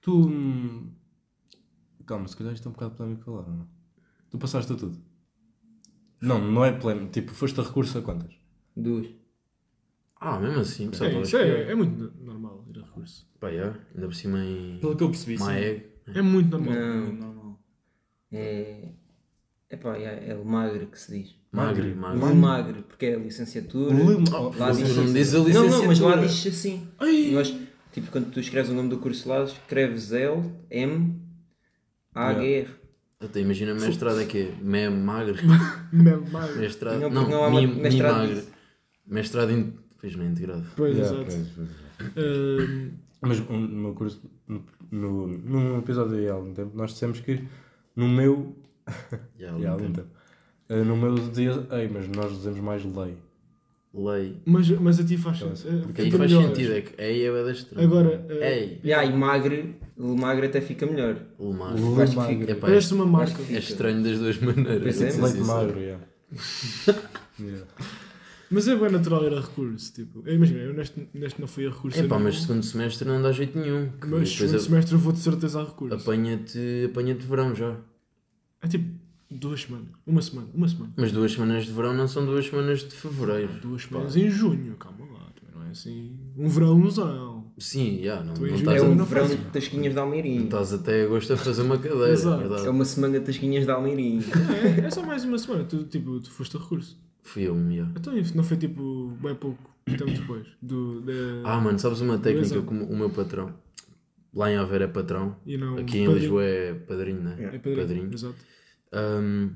Speaker 2: Tu. hum, Calma, se calhar isto é um bocado polémico falar, não? é? Tu passaste a tudo. Não, não é polémico. Tipo, foste a recurso a quantas?
Speaker 4: Duas.
Speaker 1: Ah, mesmo assim, pessoal.
Speaker 5: É, isso é, é muito normal ir a recurso.
Speaker 1: Pá, yeah. ainda por cima em.
Speaker 3: Pelo que eu percebi, sim.
Speaker 1: Maeg.
Speaker 5: É muito normal.
Speaker 3: Não,
Speaker 4: Não.
Speaker 3: normal.
Speaker 4: É. Epá, yeah, é o magre que se diz.
Speaker 1: Magre,
Speaker 4: Magre.
Speaker 1: magre.
Speaker 4: magre, porque é licenciatura. lá
Speaker 1: Mas
Speaker 4: diz
Speaker 1: não diz a
Speaker 4: Não, não, mas lá
Speaker 1: licenciatura.
Speaker 4: diz assim. Nós, tipo, quando tu escreves o nome do curso lá, escreves L, M, A, G, R.
Speaker 1: Até imagina mestrado é que é me magre.
Speaker 5: Mesmo mais.
Speaker 1: Mestrado.
Speaker 4: Não,
Speaker 1: Não,
Speaker 4: porque não há
Speaker 1: mi,
Speaker 4: uma-
Speaker 1: mi
Speaker 4: mestrado
Speaker 1: magre.
Speaker 4: disso.
Speaker 1: Mestrado in... Pois não é integrado.
Speaker 5: Pois,
Speaker 2: Yeah,
Speaker 5: exato.
Speaker 2: pois, pois.
Speaker 5: Ah,
Speaker 2: Mas um, no meu curso, no, no, num episódio aí há algum tempo, nós dissemos que no meu.
Speaker 1: Já,
Speaker 2: aí há algum tempo. Eh, No meu dizia ei, mas nós dizemos mais lei.
Speaker 1: Lei.
Speaker 5: mas, mas a ti faz
Speaker 2: Então,
Speaker 5: sentido.
Speaker 1: Porque aí
Speaker 5: Fica
Speaker 1: faz
Speaker 5: melhor.
Speaker 1: sentido, é que aí é bem estranho.
Speaker 5: Agora, eh,
Speaker 1: Ei,
Speaker 4: E aí, magre, o magre até fica melhor.
Speaker 1: o magre.
Speaker 2: Lei
Speaker 4: acho que
Speaker 2: magro.
Speaker 4: fica-
Speaker 1: Epá,
Speaker 5: parece uma marca.
Speaker 4: acho
Speaker 1: É estranho das duas maneiras.
Speaker 4: Pois
Speaker 1: vou
Speaker 4: é,
Speaker 1: ser
Speaker 2: Leite
Speaker 1: sincero.
Speaker 2: magro, yeah. Yeah.
Speaker 5: Mas é bem natural ir a recurso. Tipo, eu imagino, eu neste, neste não fui a recurso.
Speaker 1: Epá,
Speaker 5: eu não-
Speaker 1: É mas segundo semestre não dá jeito nenhum. que
Speaker 5: mas segundo
Speaker 1: depois
Speaker 5: semestre eu vou de certeza a
Speaker 1: a-
Speaker 5: recurso.
Speaker 1: apanha-te apanha verão já.
Speaker 5: É tipo duas semanas. Uma semana. Uma semana.
Speaker 1: Mas duas semanas de verão não são duas semanas de fevereiro.
Speaker 5: Duas semanas em junho. Calma lá. Também não é assim. Um verãozão.
Speaker 1: Sim, já, não,
Speaker 5: um- Tu
Speaker 1: não
Speaker 5: em
Speaker 1: estás
Speaker 5: julho
Speaker 4: É
Speaker 1: a-
Speaker 4: o
Speaker 5: não
Speaker 4: verão
Speaker 5: faz-
Speaker 4: de Tasquinhas de
Speaker 1: não
Speaker 4: Almeirinho.
Speaker 1: estás até agosto a fazer uma cadeira,
Speaker 5: Exato.
Speaker 1: é verdade.
Speaker 4: É uma semana de Tasquinhas de Almeirinho.
Speaker 5: É, é só mais uma semana. Tu, tipo, tu foste a recurso.
Speaker 1: Fui eu, já.
Speaker 5: Então isso não foi tipo bem pouco tempo depois. Do, da,
Speaker 1: Ah, mano, sabes uma técnica
Speaker 5: Exato.
Speaker 1: como o meu patrão? Lá em Aveiro é patrão,
Speaker 5: e não,
Speaker 1: aqui em
Speaker 5: padrinho.
Speaker 1: Lisboa é padrinho, né?
Speaker 5: É padrinho.
Speaker 1: Padrinho.
Speaker 5: Exato.
Speaker 1: Hum,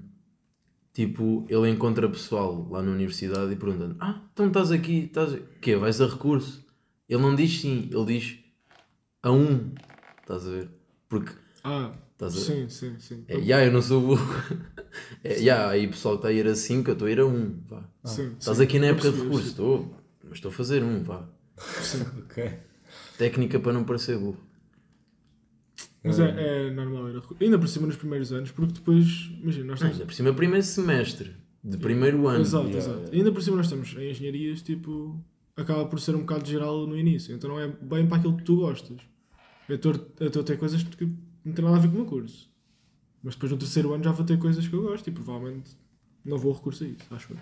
Speaker 1: tipo, ele encontra pessoal lá na universidade e pergunta Ah, então estás aqui, estás. Quê? Vais a recurso? Ele não diz sim, ele diz a um. Estás a ver? Porque.
Speaker 5: Ah,
Speaker 1: Estás a ver?
Speaker 5: sim, sim, sim.
Speaker 1: É, "Ya, eu não sou burro. É, "Ya, aí o pessoal está a ir a 5, eu estou a ir a 1. Um, vá.
Speaker 5: Sim,
Speaker 1: Estás
Speaker 5: sim.
Speaker 1: aqui na
Speaker 5: Eu
Speaker 1: época de
Speaker 5: percebi,
Speaker 1: recurso, estou. Mas estou a fazer um, vá.
Speaker 2: Ok.
Speaker 1: Técnica para não parecer burro.
Speaker 5: Mas é, é normal ir a recurso. Ainda por cima nos primeiros anos, porque depois, imagina, nós estamos.
Speaker 1: Ainda por cima, primeiro semestre, de primeiro é ano.
Speaker 5: Exato,
Speaker 2: Yeah,
Speaker 5: exato.
Speaker 2: yeah.
Speaker 5: E ainda por cima nós estamos em engenharias, tipo, acaba por ser um bocado geral no início. Então não é bem para aquilo que tu gostas. Eu estou eu estou a ter coisas que tipo, não têm nada a ver com o meu curso. Mas depois no terceiro ano já vou ter coisas que eu gosto e provavelmente não vou recurso a isso, acho eu.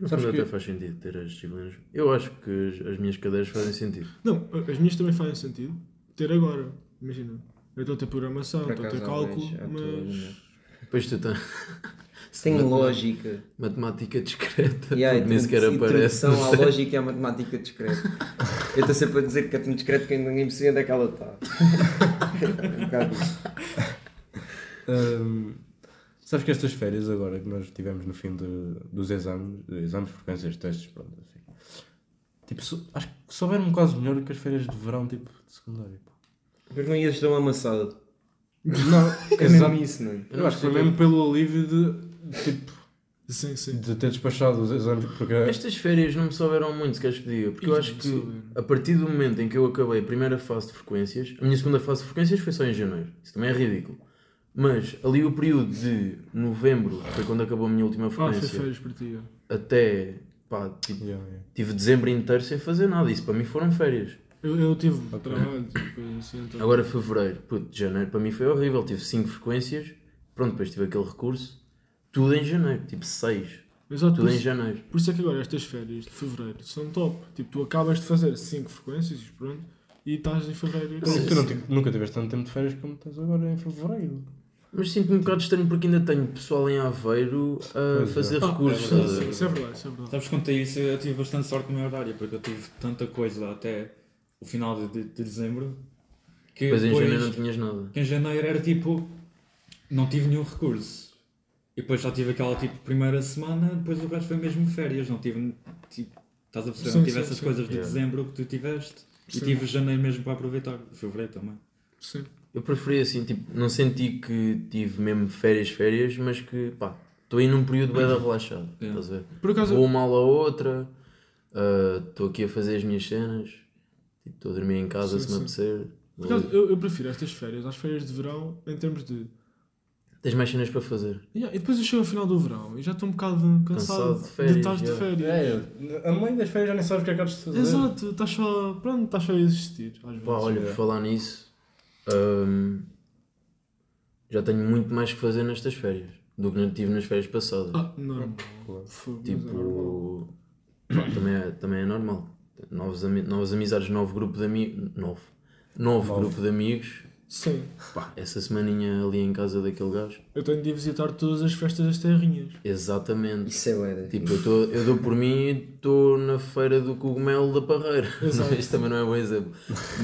Speaker 1: Não
Speaker 2: Sabes que-
Speaker 1: até faz sentido ter as disciplinas. Eu acho que as, as minhas cadeiras fazem sentido.
Speaker 5: Não, as minhas também fazem sentido ter agora. Imagina. Eu estou a ter programação,
Speaker 4: Por
Speaker 5: estou a ter
Speaker 4: acaso, algumas
Speaker 5: cálculo,
Speaker 4: já
Speaker 5: mas.
Speaker 4: estou
Speaker 1: Depois tu tens
Speaker 4: Tem
Speaker 1: Mas-
Speaker 4: lógica.
Speaker 1: matemática discreta,
Speaker 4: Yeah,
Speaker 1: porque nem sequer aparece.
Speaker 4: Introdução à lógica e à matemática discreta. Eu estou sempre a dizer que é tão discreto que ainda ninguém percebe onde é que ela está. um bocado isso.
Speaker 2: Hum, sabes que estas férias agora que nós tivemos no fim de- dos exames, de exames, frequências, testes, pronto, assim. Tipo, sou- acho que souberam quase melhor do que as férias de verão, tipo, de secundário. pá.
Speaker 4: Mas não ias tão amassado.
Speaker 2: Não,
Speaker 4: É mesmo isso, não
Speaker 2: Eu acho que foi mesmo pelo alívio de, de, tipo,
Speaker 5: Sim, sim.
Speaker 2: de ter despachado os exames, porque é,
Speaker 1: Estas férias não me souberam muito, se queres que diga, porque eu acho que a partir do momento em que eu acabei a primeira fase de frequências, a minha segunda fase de frequências foi só em janeiro. Isso também é ridículo. Mas ali o período de novembro, que foi quando acabou a minha última
Speaker 5: Ah, foi
Speaker 1: frequência,
Speaker 5: férias para ti. é.
Speaker 1: até pá, tipo,
Speaker 2: Yeah, yeah.
Speaker 1: tive dezembro inteiro sem fazer nada. Isso para mim foram férias.
Speaker 5: Eu, eu tive trabalho, coisas assim, então.
Speaker 1: Agora fevereiro, puto, de janeiro para mim foi horrível. Tive 5 frequências, pronto, depois tive aquele recurso. Tudo em janeiro, tipo 6. Tudo
Speaker 5: Exato, por
Speaker 1: em
Speaker 5: isso-
Speaker 1: janeiro.
Speaker 5: Por isso é que agora estas férias de fevereiro são top. Tipo, tu acabas de fazer 5 frequências e pronto, e estás em fevereiro. e
Speaker 2: Tu,
Speaker 5: acabas.
Speaker 2: tu não ti- nunca tiveste tanto tempo de férias como tens agora em fevereiro.
Speaker 1: Mas sinto-me um bocado estranho porque ainda tenho pessoal em Aveiro a
Speaker 2: Pois é.
Speaker 1: fazer
Speaker 5: Ah,
Speaker 1: recursos.
Speaker 5: é
Speaker 1: estás a
Speaker 5: verdade,
Speaker 1: ver?
Speaker 5: Isso é verdade, isso é verdade.
Speaker 3: Sabes quanto a isso? Eu tive bastante sorte na minha área, porque eu tive tanta coisa até o final de, de- de dezembro Que
Speaker 1: Depois em
Speaker 3: depois-
Speaker 1: janeiro não tinhas nada.
Speaker 3: que em janeiro era tipo, não tive nenhum recurso. E depois só tive aquela tipo primeira semana, depois o resto foi mesmo férias, não tive tipo, estás a perceber,
Speaker 5: Sim,
Speaker 3: não tive
Speaker 5: sim,
Speaker 3: essas
Speaker 5: sim.
Speaker 3: coisas de
Speaker 1: Yeah.
Speaker 3: dezembro que tu tiveste e
Speaker 5: Sim.
Speaker 3: tive janeiro mesmo para aproveitar, fevereiro também.
Speaker 5: Sim.
Speaker 1: Eu preferi assim, tipo, não senti que tive mesmo férias, férias, mas que pá, estou aí num período bem relaxado.
Speaker 5: É.
Speaker 3: Yeah.
Speaker 1: Estás a ver?
Speaker 5: Por acaso,
Speaker 1: Vou uma aula a outra, ah, estou aqui a fazer as minhas cenas, tipo, estou a dormir em casa se
Speaker 5: Sim,
Speaker 1: me
Speaker 5: sim.
Speaker 1: apetecer.
Speaker 5: por
Speaker 1: Vou-
Speaker 5: acaso eu, eu prefiro estas férias às férias de verão em termos de.
Speaker 1: Tens mais cenas para fazer.
Speaker 5: Yeah, e depois eu chego ao final do verão e já estou um bocado cansado,
Speaker 1: Cansado de férias,
Speaker 5: de estar de
Speaker 1: yeah.
Speaker 5: férias.
Speaker 2: É, a meio das férias já nem sabes o que é que há de fazer.
Speaker 5: Exato, estás só. Pronto, estás só a existir às vezes.
Speaker 1: Pá, olha,
Speaker 2: é.
Speaker 1: por falar nisso, hum, já tenho muito mais que fazer nestas férias do que não tive nas férias passadas.
Speaker 5: Ah, normal.
Speaker 2: Claro.
Speaker 5: Fogo, mas é normal.
Speaker 1: tipo, pá, também, é, também é normal. Novos ami- novas amizades, novo grupo de amigos. Novo. Novo
Speaker 2: Novo.
Speaker 1: grupo de amigos.
Speaker 5: Sim.
Speaker 1: Pá, essa semaninha ali em casa daquele gajo.
Speaker 5: Eu tenho de ir visitar todas as festas das terrinhas.
Speaker 1: Exatamente.
Speaker 4: Isso é bué.
Speaker 1: Tipo, eu, tô- eu dou por mim e estou na feira do cogumelo da Parreira.
Speaker 5: Exato.
Speaker 1: Não, isto também não é bom exemplo.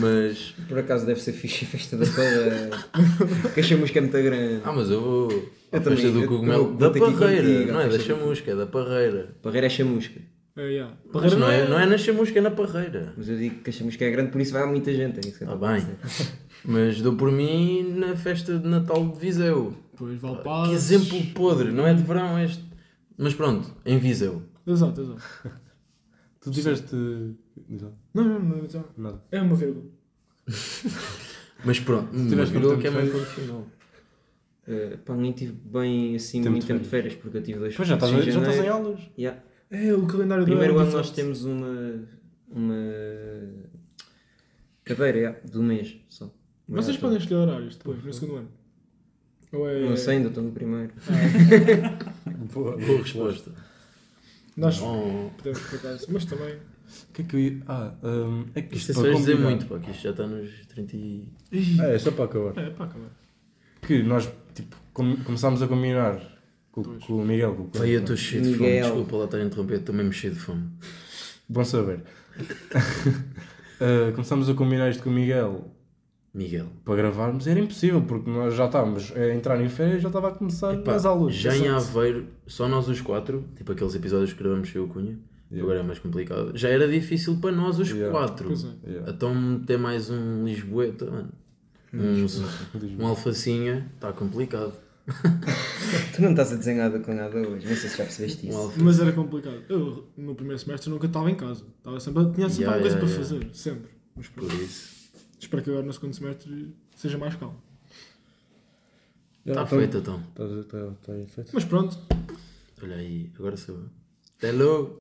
Speaker 1: Mas.
Speaker 4: Por acaso deve ser fixe a festa da feira. que a chamusca é muito grande.
Speaker 1: Ah, mas eu vou à festa
Speaker 4: Eu também,
Speaker 1: do
Speaker 4: eu-
Speaker 1: cogumelo
Speaker 4: eu vou
Speaker 1: da
Speaker 4: ter que ir
Speaker 1: Parreira,
Speaker 4: contigo à
Speaker 1: não é da
Speaker 4: festa do-
Speaker 1: chamusca, é da Parreira.
Speaker 4: Parreira é chamusca.
Speaker 5: É, yeah.
Speaker 1: Mas não é, não é na chamusca, é na Parreira.
Speaker 4: Mas eu digo que a chamusca é grande, por isso vai muita gente. É isso que eu
Speaker 1: Está
Speaker 4: estou
Speaker 1: bem.
Speaker 4: a dizer.
Speaker 1: Mas dou por mim na festa de Natal de Viseu.
Speaker 5: Depois
Speaker 1: Ah,
Speaker 5: Valpaz.
Speaker 1: Que exemplo podre, não é de verão este. Mas pronto, em Viseu.
Speaker 5: Exato, exato.
Speaker 2: Tu tiveste. Exato.
Speaker 5: Não, não, não, não.
Speaker 2: Nada.
Speaker 5: É uma vírgula.
Speaker 1: Mas pronto, uma
Speaker 2: tiveste
Speaker 1: vírgula
Speaker 2: quanto
Speaker 1: que é
Speaker 2: tempo
Speaker 1: meio
Speaker 2: de
Speaker 1: profissional.
Speaker 4: Eh, pá, nem tive bem assim
Speaker 2: Tempo
Speaker 4: muito
Speaker 2: de
Speaker 4: tempo de férias, porque eu tive dois
Speaker 2: Pois já estás,
Speaker 4: cursos em
Speaker 2: já estás em
Speaker 4: janeiro.
Speaker 2: aulas.
Speaker 4: Yeah.
Speaker 5: É, o calendário do
Speaker 4: Primeiro
Speaker 5: ano
Speaker 4: ano nós
Speaker 5: diferente.
Speaker 4: temos uma, uma cadeira yeah, do mês só.
Speaker 5: Mas
Speaker 4: Barato.
Speaker 5: Vocês
Speaker 1: então.
Speaker 5: podem escolher horários depois, no segundo ano. Ou é. Ah,
Speaker 4: Não sei, ainda estou no primeiro.
Speaker 2: Boa.
Speaker 1: Boa resposta.
Speaker 5: Nós
Speaker 1: Não,
Speaker 5: podemos por acaso. Mas também.
Speaker 2: O que é que eu ia. Ah, hum, é que
Speaker 1: isto
Speaker 2: isto
Speaker 1: é só ias dizer
Speaker 2: combinar-
Speaker 1: muito, pá, que isto já está nos 30 e...
Speaker 2: Ah, é só para acabar.
Speaker 5: É, pá, calma.
Speaker 2: Que nós, tipo, com- começámos a combinar com, com o Miguel. Com o
Speaker 1: Pá, eu estou cheio de fome,
Speaker 4: Miguel.
Speaker 1: desculpa lá estar a interromper, estou mesmo cheio de fome.
Speaker 2: Bom saber. Ah, começámos a combinar isto com o Miguel
Speaker 1: Miguel.
Speaker 2: para gravarmos. Era impossível, porque nós já estávamos a entrar em férias já estava a começar
Speaker 1: Epá,
Speaker 2: as aulas.
Speaker 1: já em
Speaker 2: Exato.
Speaker 1: Aveiro, só nós os quatro, tipo aqueles episódios que gravamos eu e o Cunha,
Speaker 2: Yeah.
Speaker 1: agora é mais complicado, já era difícil para nós os
Speaker 2: Yeah.
Speaker 1: quatro.
Speaker 5: Pois é.
Speaker 2: Yeah.
Speaker 1: Então ter mais um Lisboeta, mano, um, um alfacinha, está complicado.
Speaker 4: Tu não estás a dizer nada com nada hoje, não sei se já percebeste
Speaker 1: Um
Speaker 4: isso.
Speaker 1: alfa-
Speaker 5: Mas era complicado. Eu, no meu primeiro semestre, nunca estava em casa. Estava sempre, tinha sempre
Speaker 1: Yeah,
Speaker 5: alguma coisa
Speaker 1: yeah,
Speaker 5: para
Speaker 1: yeah.
Speaker 5: fazer, sempre. Mas
Speaker 1: Por
Speaker 5: pronto.
Speaker 1: isso,
Speaker 5: Espero que agora no segundo semestre seja mais calmo.
Speaker 2: tá-
Speaker 1: está feito então.
Speaker 2: Está feito.
Speaker 5: Mas pronto,
Speaker 1: Tá Olha aí, agora sou eu. Hello!